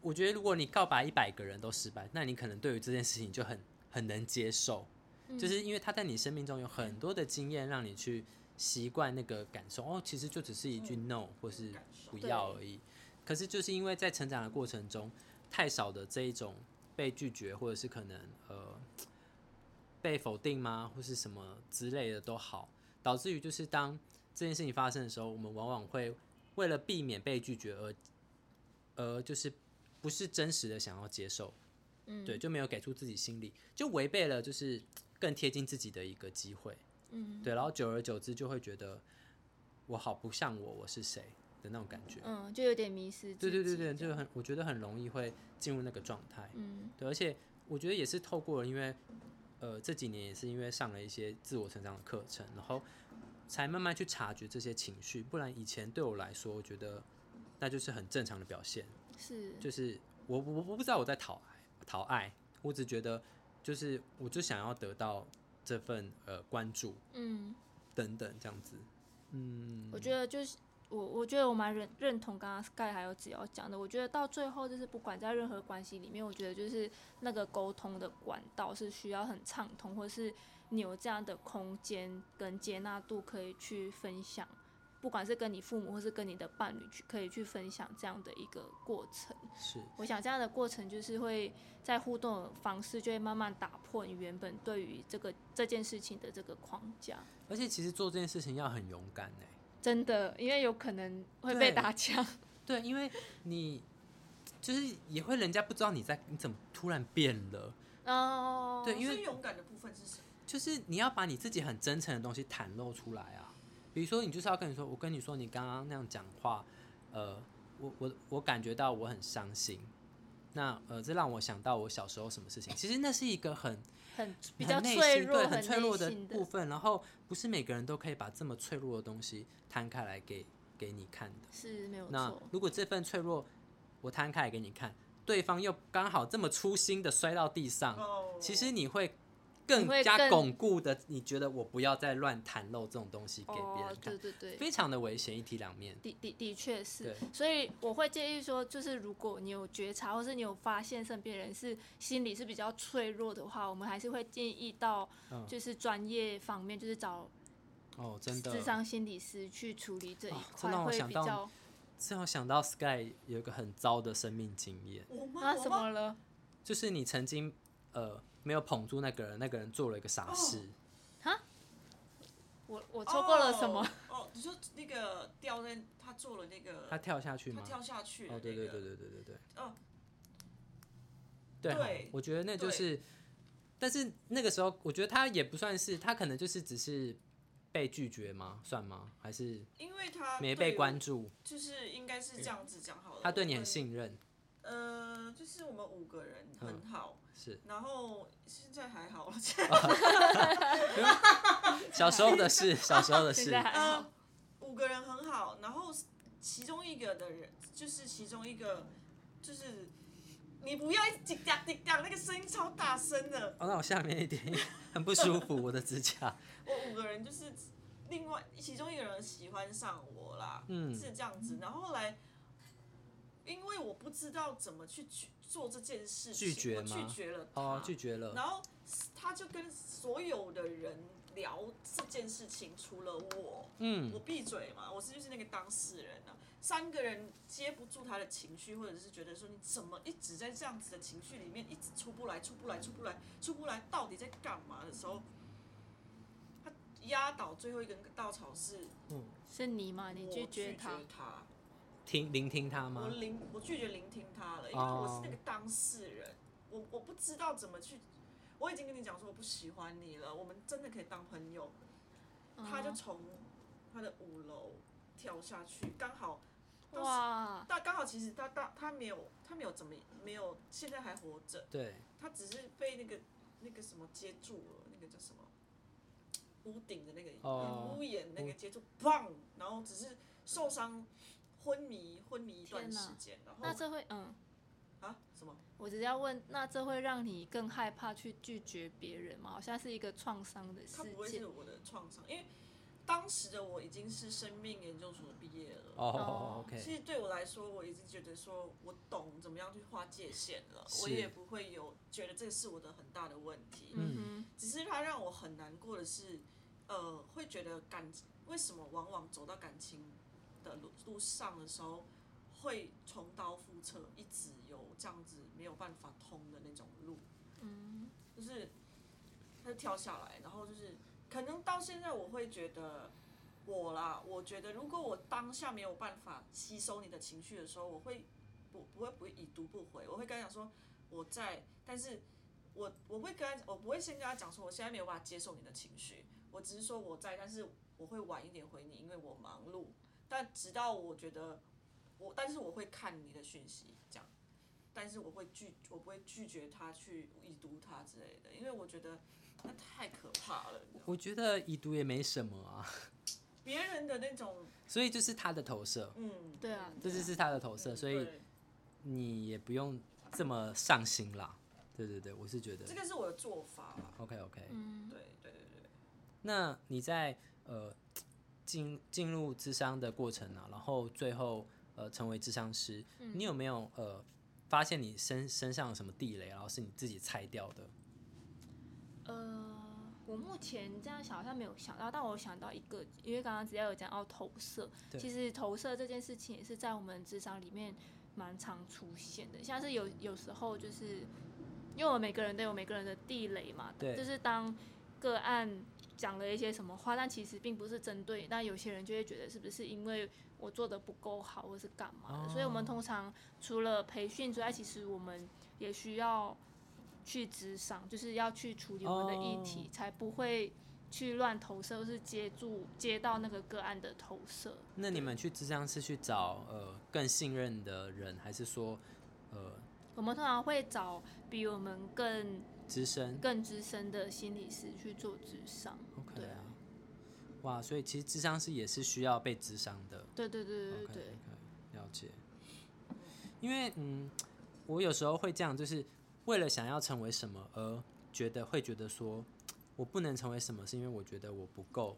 [SPEAKER 1] 我觉得如果你告白一百个人都失败，那你可能对于这件事情就很很能接受，就是因为他在你生命中有很多的经验，让你去习惯那个感受。哦，其实就只是一句 no 或是
[SPEAKER 3] 感受
[SPEAKER 1] 不要而已。可是就是因为在成长的过程中，太少的这一种被拒绝，或者是可能呃被否定吗，或是什么之类的都好，导致于就是当这件事情发生的时候，我们往往会为了避免被拒绝而而就是不是真实的想要接受，
[SPEAKER 2] 嗯
[SPEAKER 1] 对，就没有给出自己心里，就违背了就是更贴近自己的一个机会。
[SPEAKER 2] 嗯
[SPEAKER 1] 对，然后久而久之就会觉得我好不像我，我是谁的那种感觉。
[SPEAKER 2] 嗯，就有点迷失。
[SPEAKER 1] 对对对对，就很我觉得很容易会进入那个状态。
[SPEAKER 2] 嗯
[SPEAKER 1] 对，而且我觉得也是透过因为呃这几年也是因为上了一些自我成长的课程，然后才慢慢去察觉这些情绪，不然以前对我来说，我觉得那就是很正常的表现。
[SPEAKER 2] 是
[SPEAKER 1] 就是我我我不知道我在讨爱讨爱，我只觉得就是我就想要得到这份呃关注
[SPEAKER 2] 嗯。
[SPEAKER 1] 等等这样子。嗯，
[SPEAKER 2] 我觉得就是我，我觉得我蛮认认同刚刚 Sky 还有子瑶讲的。我觉得到最后就是不管在任何关系里面，我觉得就是那个沟通的管道是需要很畅通，或是你有这样的空间跟接纳度可以去分享，不管是跟你父母或是跟你的伴侣去可以去分享这样的一个过程。
[SPEAKER 1] 是
[SPEAKER 2] 我想这样的过程就是会在互动的方式就会慢慢打破你原本对于这个这件事情的这个框架。
[SPEAKER 1] 而且其实做这件事情要很勇敢哎、
[SPEAKER 2] 真的，因为有可能会被
[SPEAKER 1] 对
[SPEAKER 2] 打枪。
[SPEAKER 1] 对，因为你就是也会人家不知道你在你怎么突然变了，
[SPEAKER 2] 哦，
[SPEAKER 1] 对因为
[SPEAKER 3] 所以勇敢的部分是什么？
[SPEAKER 1] 就是你要把你自己很真诚的东西袒露出来啊。比如说，你就是要跟你说，我跟你说，你刚刚那样讲话，呃，我我我感觉到我很伤心。那呃，这让我想到我小时候什么事情。其实那是一个很
[SPEAKER 2] 很比
[SPEAKER 1] 很
[SPEAKER 2] 较
[SPEAKER 1] 内
[SPEAKER 2] 脆
[SPEAKER 1] 心
[SPEAKER 2] 弱、
[SPEAKER 1] 对，很脆弱
[SPEAKER 2] 内
[SPEAKER 1] 的
[SPEAKER 2] 心
[SPEAKER 1] 部分。然后不是每个人都可以把这么脆弱的东西摊开来给给你看的。
[SPEAKER 2] 是没有
[SPEAKER 1] 那
[SPEAKER 2] 错，
[SPEAKER 1] 如果这份脆弱我摊开来给你看，对方又刚好这么粗心的摔到地上，
[SPEAKER 3] 哦，
[SPEAKER 1] 啊其实你会
[SPEAKER 2] 你
[SPEAKER 1] 更
[SPEAKER 2] 会
[SPEAKER 1] 加
[SPEAKER 2] 更
[SPEAKER 1] 巩固的，你觉得我不要再乱袒露这种东西给别
[SPEAKER 2] 哦
[SPEAKER 1] 人，看，
[SPEAKER 2] 对对对，
[SPEAKER 1] 非常的危险，一体两面。
[SPEAKER 2] 的的的确是
[SPEAKER 1] 对，
[SPEAKER 2] 所以我会建议说，就是如果你有觉察，或是你有发现身边人是心理是比较脆弱的话，我们还是会建议到
[SPEAKER 1] 嗯
[SPEAKER 2] 就是专业方面，就是找
[SPEAKER 1] 哦，真的
[SPEAKER 2] 智，商心理师去处理这一
[SPEAKER 1] 哦这
[SPEAKER 2] 块，
[SPEAKER 1] 让我
[SPEAKER 2] 会
[SPEAKER 1] 想
[SPEAKER 2] 比
[SPEAKER 1] 到
[SPEAKER 2] 较
[SPEAKER 1] 正好想到 Sky 有一个很糟的生命经验，
[SPEAKER 3] 我妈、
[SPEAKER 2] 啊，
[SPEAKER 3] 我
[SPEAKER 2] 怎
[SPEAKER 3] 妈
[SPEAKER 2] 么了？
[SPEAKER 1] 就是你曾经呃没有捧住那个人，那个人做了一个傻
[SPEAKER 2] 哦
[SPEAKER 1] 事，
[SPEAKER 2] 我我错过了什
[SPEAKER 1] (laughs)
[SPEAKER 2] 么？
[SPEAKER 3] 哦？哦，你说那个掉在他做了那个
[SPEAKER 1] 他跳下去
[SPEAKER 3] 他
[SPEAKER 1] 吗？
[SPEAKER 3] 跳下去的
[SPEAKER 1] 哦，
[SPEAKER 3] 那
[SPEAKER 1] 对
[SPEAKER 3] 个，
[SPEAKER 1] 对对对对对对，
[SPEAKER 3] 哦
[SPEAKER 1] 对啊，
[SPEAKER 3] 对
[SPEAKER 1] 我觉得那就
[SPEAKER 3] 对
[SPEAKER 1] 是，但是那个时候我觉得他也不算是，他可能就是只是被拒绝吗？算吗？还是
[SPEAKER 3] 因为他
[SPEAKER 1] 没
[SPEAKER 3] 对
[SPEAKER 1] 被
[SPEAKER 3] 我
[SPEAKER 1] 关注？
[SPEAKER 3] 就是应该是这样子讲好了。
[SPEAKER 1] 他对你
[SPEAKER 3] 我
[SPEAKER 1] 很
[SPEAKER 3] 们
[SPEAKER 1] 信任，
[SPEAKER 3] 呃，就是我们五个人
[SPEAKER 1] 嗯
[SPEAKER 3] 很好，
[SPEAKER 1] 是
[SPEAKER 3] 然后现在还好，
[SPEAKER 1] 小时候的
[SPEAKER 3] (laughs)
[SPEAKER 1] 事，小时候的
[SPEAKER 2] 现
[SPEAKER 1] 事
[SPEAKER 2] 在，还好
[SPEAKER 3] (laughs) 呃，五个人很好，然后其中一个的人就是其中一个就是。你不要一直滴答滴答，那个声音超大声的。
[SPEAKER 1] 哦，那我下面一点很不舒服，我的指
[SPEAKER 3] (laughs)
[SPEAKER 1] 甲。
[SPEAKER 3] 我五个人就是另外其中一个人喜欢上我啦，
[SPEAKER 1] 嗯
[SPEAKER 3] 是这样子。然后后来，因为我不知道怎么去拒做这件事情，
[SPEAKER 1] 拒绝
[SPEAKER 3] 我
[SPEAKER 1] 吗
[SPEAKER 3] 拒绝了他，
[SPEAKER 1] 哦，拒绝了。
[SPEAKER 3] 然后他就跟所有的人聊这件事情，除了我，我
[SPEAKER 1] 嗯，
[SPEAKER 3] 闭嘴嘛，我是就是那个当事人啊。三个人接不住他的情绪，或者是觉得说你怎么一直在这样子的情绪里面一直出不来、出不来、出不来、出不来，到底在干嘛的时候，他压倒最后一根稻草是
[SPEAKER 2] 是你吗？你
[SPEAKER 3] 我
[SPEAKER 2] 拒
[SPEAKER 3] 拒
[SPEAKER 2] 绝他？
[SPEAKER 3] 他
[SPEAKER 1] 听聆听他
[SPEAKER 3] 我
[SPEAKER 1] 吗？
[SPEAKER 3] 聆我拒绝聆听他了，因为我
[SPEAKER 1] 哦
[SPEAKER 3] 是那个当事人，我我不知道怎么去，我已经跟你讲说我不喜欢你了，我们真的可以当朋友。他就
[SPEAKER 2] 嗯
[SPEAKER 3] 从他的五楼跳下去，刚好，当时
[SPEAKER 2] 哇，
[SPEAKER 3] 但刚好其实他他他没有他没有怎么没有，现在还活着，
[SPEAKER 1] 对，
[SPEAKER 3] 他只是被那个那个什么接住了，那个叫什么屋顶的那个、
[SPEAKER 1] 哦
[SPEAKER 3] 屋檐那
[SPEAKER 1] 屋
[SPEAKER 3] 个接住，砰，然后只是受伤昏迷昏迷一段
[SPEAKER 2] 天哪
[SPEAKER 3] 时间，然后
[SPEAKER 2] 那这会嗯，
[SPEAKER 3] 啊什么？
[SPEAKER 2] 我只是要问，那这会让你更害怕去拒绝别人吗？好像是一个创伤的
[SPEAKER 3] 它
[SPEAKER 2] 事
[SPEAKER 3] 不会
[SPEAKER 2] 件
[SPEAKER 3] 是我的创伤，因为当时的我已经是生命研究所毕业了。
[SPEAKER 1] 哦
[SPEAKER 2] 哦
[SPEAKER 3] 其
[SPEAKER 1] ，OK，
[SPEAKER 3] 实对我来说，我已经觉得说我懂怎么样去划界限了，
[SPEAKER 1] 是
[SPEAKER 3] 我也不会有觉得这是我的很大的问题。
[SPEAKER 2] 嗯
[SPEAKER 3] 只是它让我很难过的是，呃，会觉得感为什么往往走到感情的路路上的时候，会重蹈覆辙，一直有这样子没有办法通的那种路。
[SPEAKER 2] 哼，嗯，
[SPEAKER 3] 就是他就跳下来，然后就是可能到现在我会觉得我啦，我觉得如果我当下没有办法吸收你的情绪的时候，我会不不会不会已读不回，我会跟他讲说我在，但是我我会跟他我不会先跟他讲说我现在没有办法接受你的情绪，我只是说我在，但是我会晚一点回你，因为我忙碌。但直到我觉得我，但是我会看你的讯息，这样。但是我会拒，我不会拒绝他去已读他之类的，因为我觉得那太可怕了。你知道吗
[SPEAKER 1] 我觉得已读也没什么啊，
[SPEAKER 3] 别人的那种，
[SPEAKER 1] 所以就是他的投射，
[SPEAKER 3] 嗯，
[SPEAKER 2] 对啊
[SPEAKER 1] 这就是他的投射，
[SPEAKER 3] 嗯
[SPEAKER 1] 所以
[SPEAKER 3] 对
[SPEAKER 1] 你也不用这么上心啦。对对对，我是觉得
[SPEAKER 3] 这个是我的做法啦。
[SPEAKER 1] OK OK。
[SPEAKER 2] 嗯
[SPEAKER 3] 对对对对，
[SPEAKER 1] 那你在呃进进入智商的过程啊，然后最后呃成为智商师，
[SPEAKER 3] 嗯
[SPEAKER 1] 你有没有呃发现你身身上有什么地雷，然后是你自己拆掉的？
[SPEAKER 2] 呃，我目前这样想好像没有想到，但我想到一个，因为刚刚只要有讲到投射，
[SPEAKER 1] 对
[SPEAKER 2] 其实投射这件事情也是在我们职场里面蛮常出现的，像是有有时候就是，因为我们每个人都有每个人的地雷嘛，
[SPEAKER 1] 对
[SPEAKER 2] 就是当个案讲了一些什么话，但其实并不是针对你，但有些人就会觉得是不是因为我做的不够好，或是干嘛的，所以我们
[SPEAKER 1] 哦
[SPEAKER 2] 通常除了培训之外，其实我们也需要去职场，就是要去处理我们的议
[SPEAKER 1] 哦
[SPEAKER 2] 题，才不会去乱投射，或是接住接到那个个案的投射。
[SPEAKER 1] 那你们去智商是去找呃更信任的人，还是说呃
[SPEAKER 2] 我们通常会找比我们更
[SPEAKER 1] 资深
[SPEAKER 2] 更资深的心理师去做智商。
[SPEAKER 1] ？OK
[SPEAKER 2] 对啊，
[SPEAKER 1] 哇，所以其实智商师也是需要被智商的。
[SPEAKER 2] 对对对对
[SPEAKER 1] OK，,
[SPEAKER 2] 对对，
[SPEAKER 1] OK，了解。因为嗯，我有时候会这样，就是为了想要成为什么而觉得会觉得说，我不能成为什么，是因为我觉得我不够，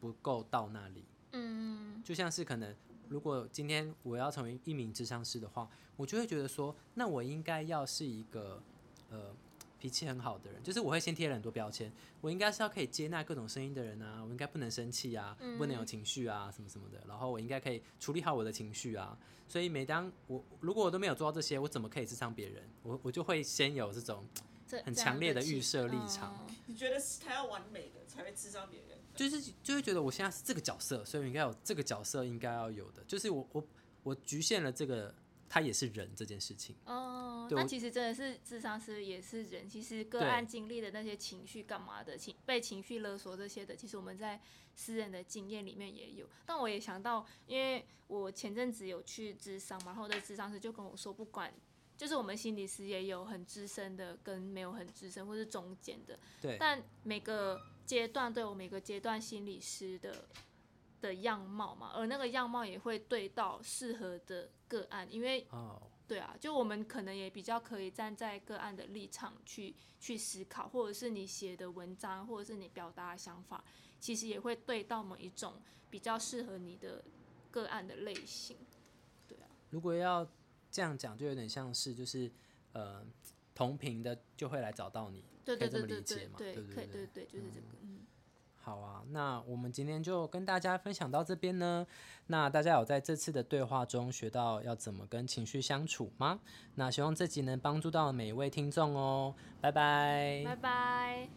[SPEAKER 1] 不够到那里。
[SPEAKER 2] 嗯，
[SPEAKER 1] 就像是可能，如果今天我要成为一名智商师的话，我就会觉得说，那我应该要是一个呃，脾气很好的人，就是我会先贴了很多标签，我应该是要可以接纳各种声音的人啊，我应该不能生气啊，不能有情绪啊，什么什么的，然后我应该可以处理好我的情绪啊。所以每当我如果我都没有做到这些，我怎么可以智商别人？我我就会先有这种，
[SPEAKER 2] 这
[SPEAKER 1] 很
[SPEAKER 2] 这
[SPEAKER 1] 强
[SPEAKER 2] 样
[SPEAKER 1] 烈的
[SPEAKER 2] 气
[SPEAKER 1] 预设立
[SPEAKER 2] 嗯
[SPEAKER 1] 场
[SPEAKER 3] 你觉得是他要完美的才会刺伤别人？
[SPEAKER 1] 就是就会觉得我现在是这个角色，所以我应该有这个角色应该要有的，就是我我我局限了这个他也是人这件事情。
[SPEAKER 2] 哦，
[SPEAKER 1] 对
[SPEAKER 2] 那
[SPEAKER 1] 我
[SPEAKER 2] 其实真的是智商师也是人，其实个
[SPEAKER 1] 对
[SPEAKER 2] 案经历的那些情绪干嘛的，情被情绪勒索这些的，其实我们在私人的经验里面也有。但我也想到，因为我前阵子有去智商嘛，然后我的智商师就跟我说，不管就是我们心理师也有很资深的跟没有很资深或是中间的，
[SPEAKER 1] 对，
[SPEAKER 2] 但每个阶段都有每个阶段心理师的的样貌嘛，而那个样貌也会对到适合的个案，因为
[SPEAKER 1] 哦，
[SPEAKER 2] 对啊，就我们可能也比较可以站在个案的立场去去思考，或者是你写的文章，或者是你表达的想法，其实也会对到某一种比较适合你的个案的类型。
[SPEAKER 1] 如果要这样讲，就有点像是就是呃同频的就会来找到你，
[SPEAKER 2] 对
[SPEAKER 1] 可
[SPEAKER 2] 对
[SPEAKER 1] 以这
[SPEAKER 2] 对
[SPEAKER 1] 么
[SPEAKER 2] 对
[SPEAKER 1] 理解
[SPEAKER 2] 对
[SPEAKER 1] 嘛，
[SPEAKER 2] 对，
[SPEAKER 1] 不
[SPEAKER 2] 可
[SPEAKER 1] 对
[SPEAKER 2] 以对对，就是这个。嗯，
[SPEAKER 1] 好啊，那我们今天就跟大家分享到这边呢。那大家有在这次的对话中学到要怎么跟情绪相处吗？那希望这集能帮助到每一位听众哦，拜拜
[SPEAKER 2] 拜拜。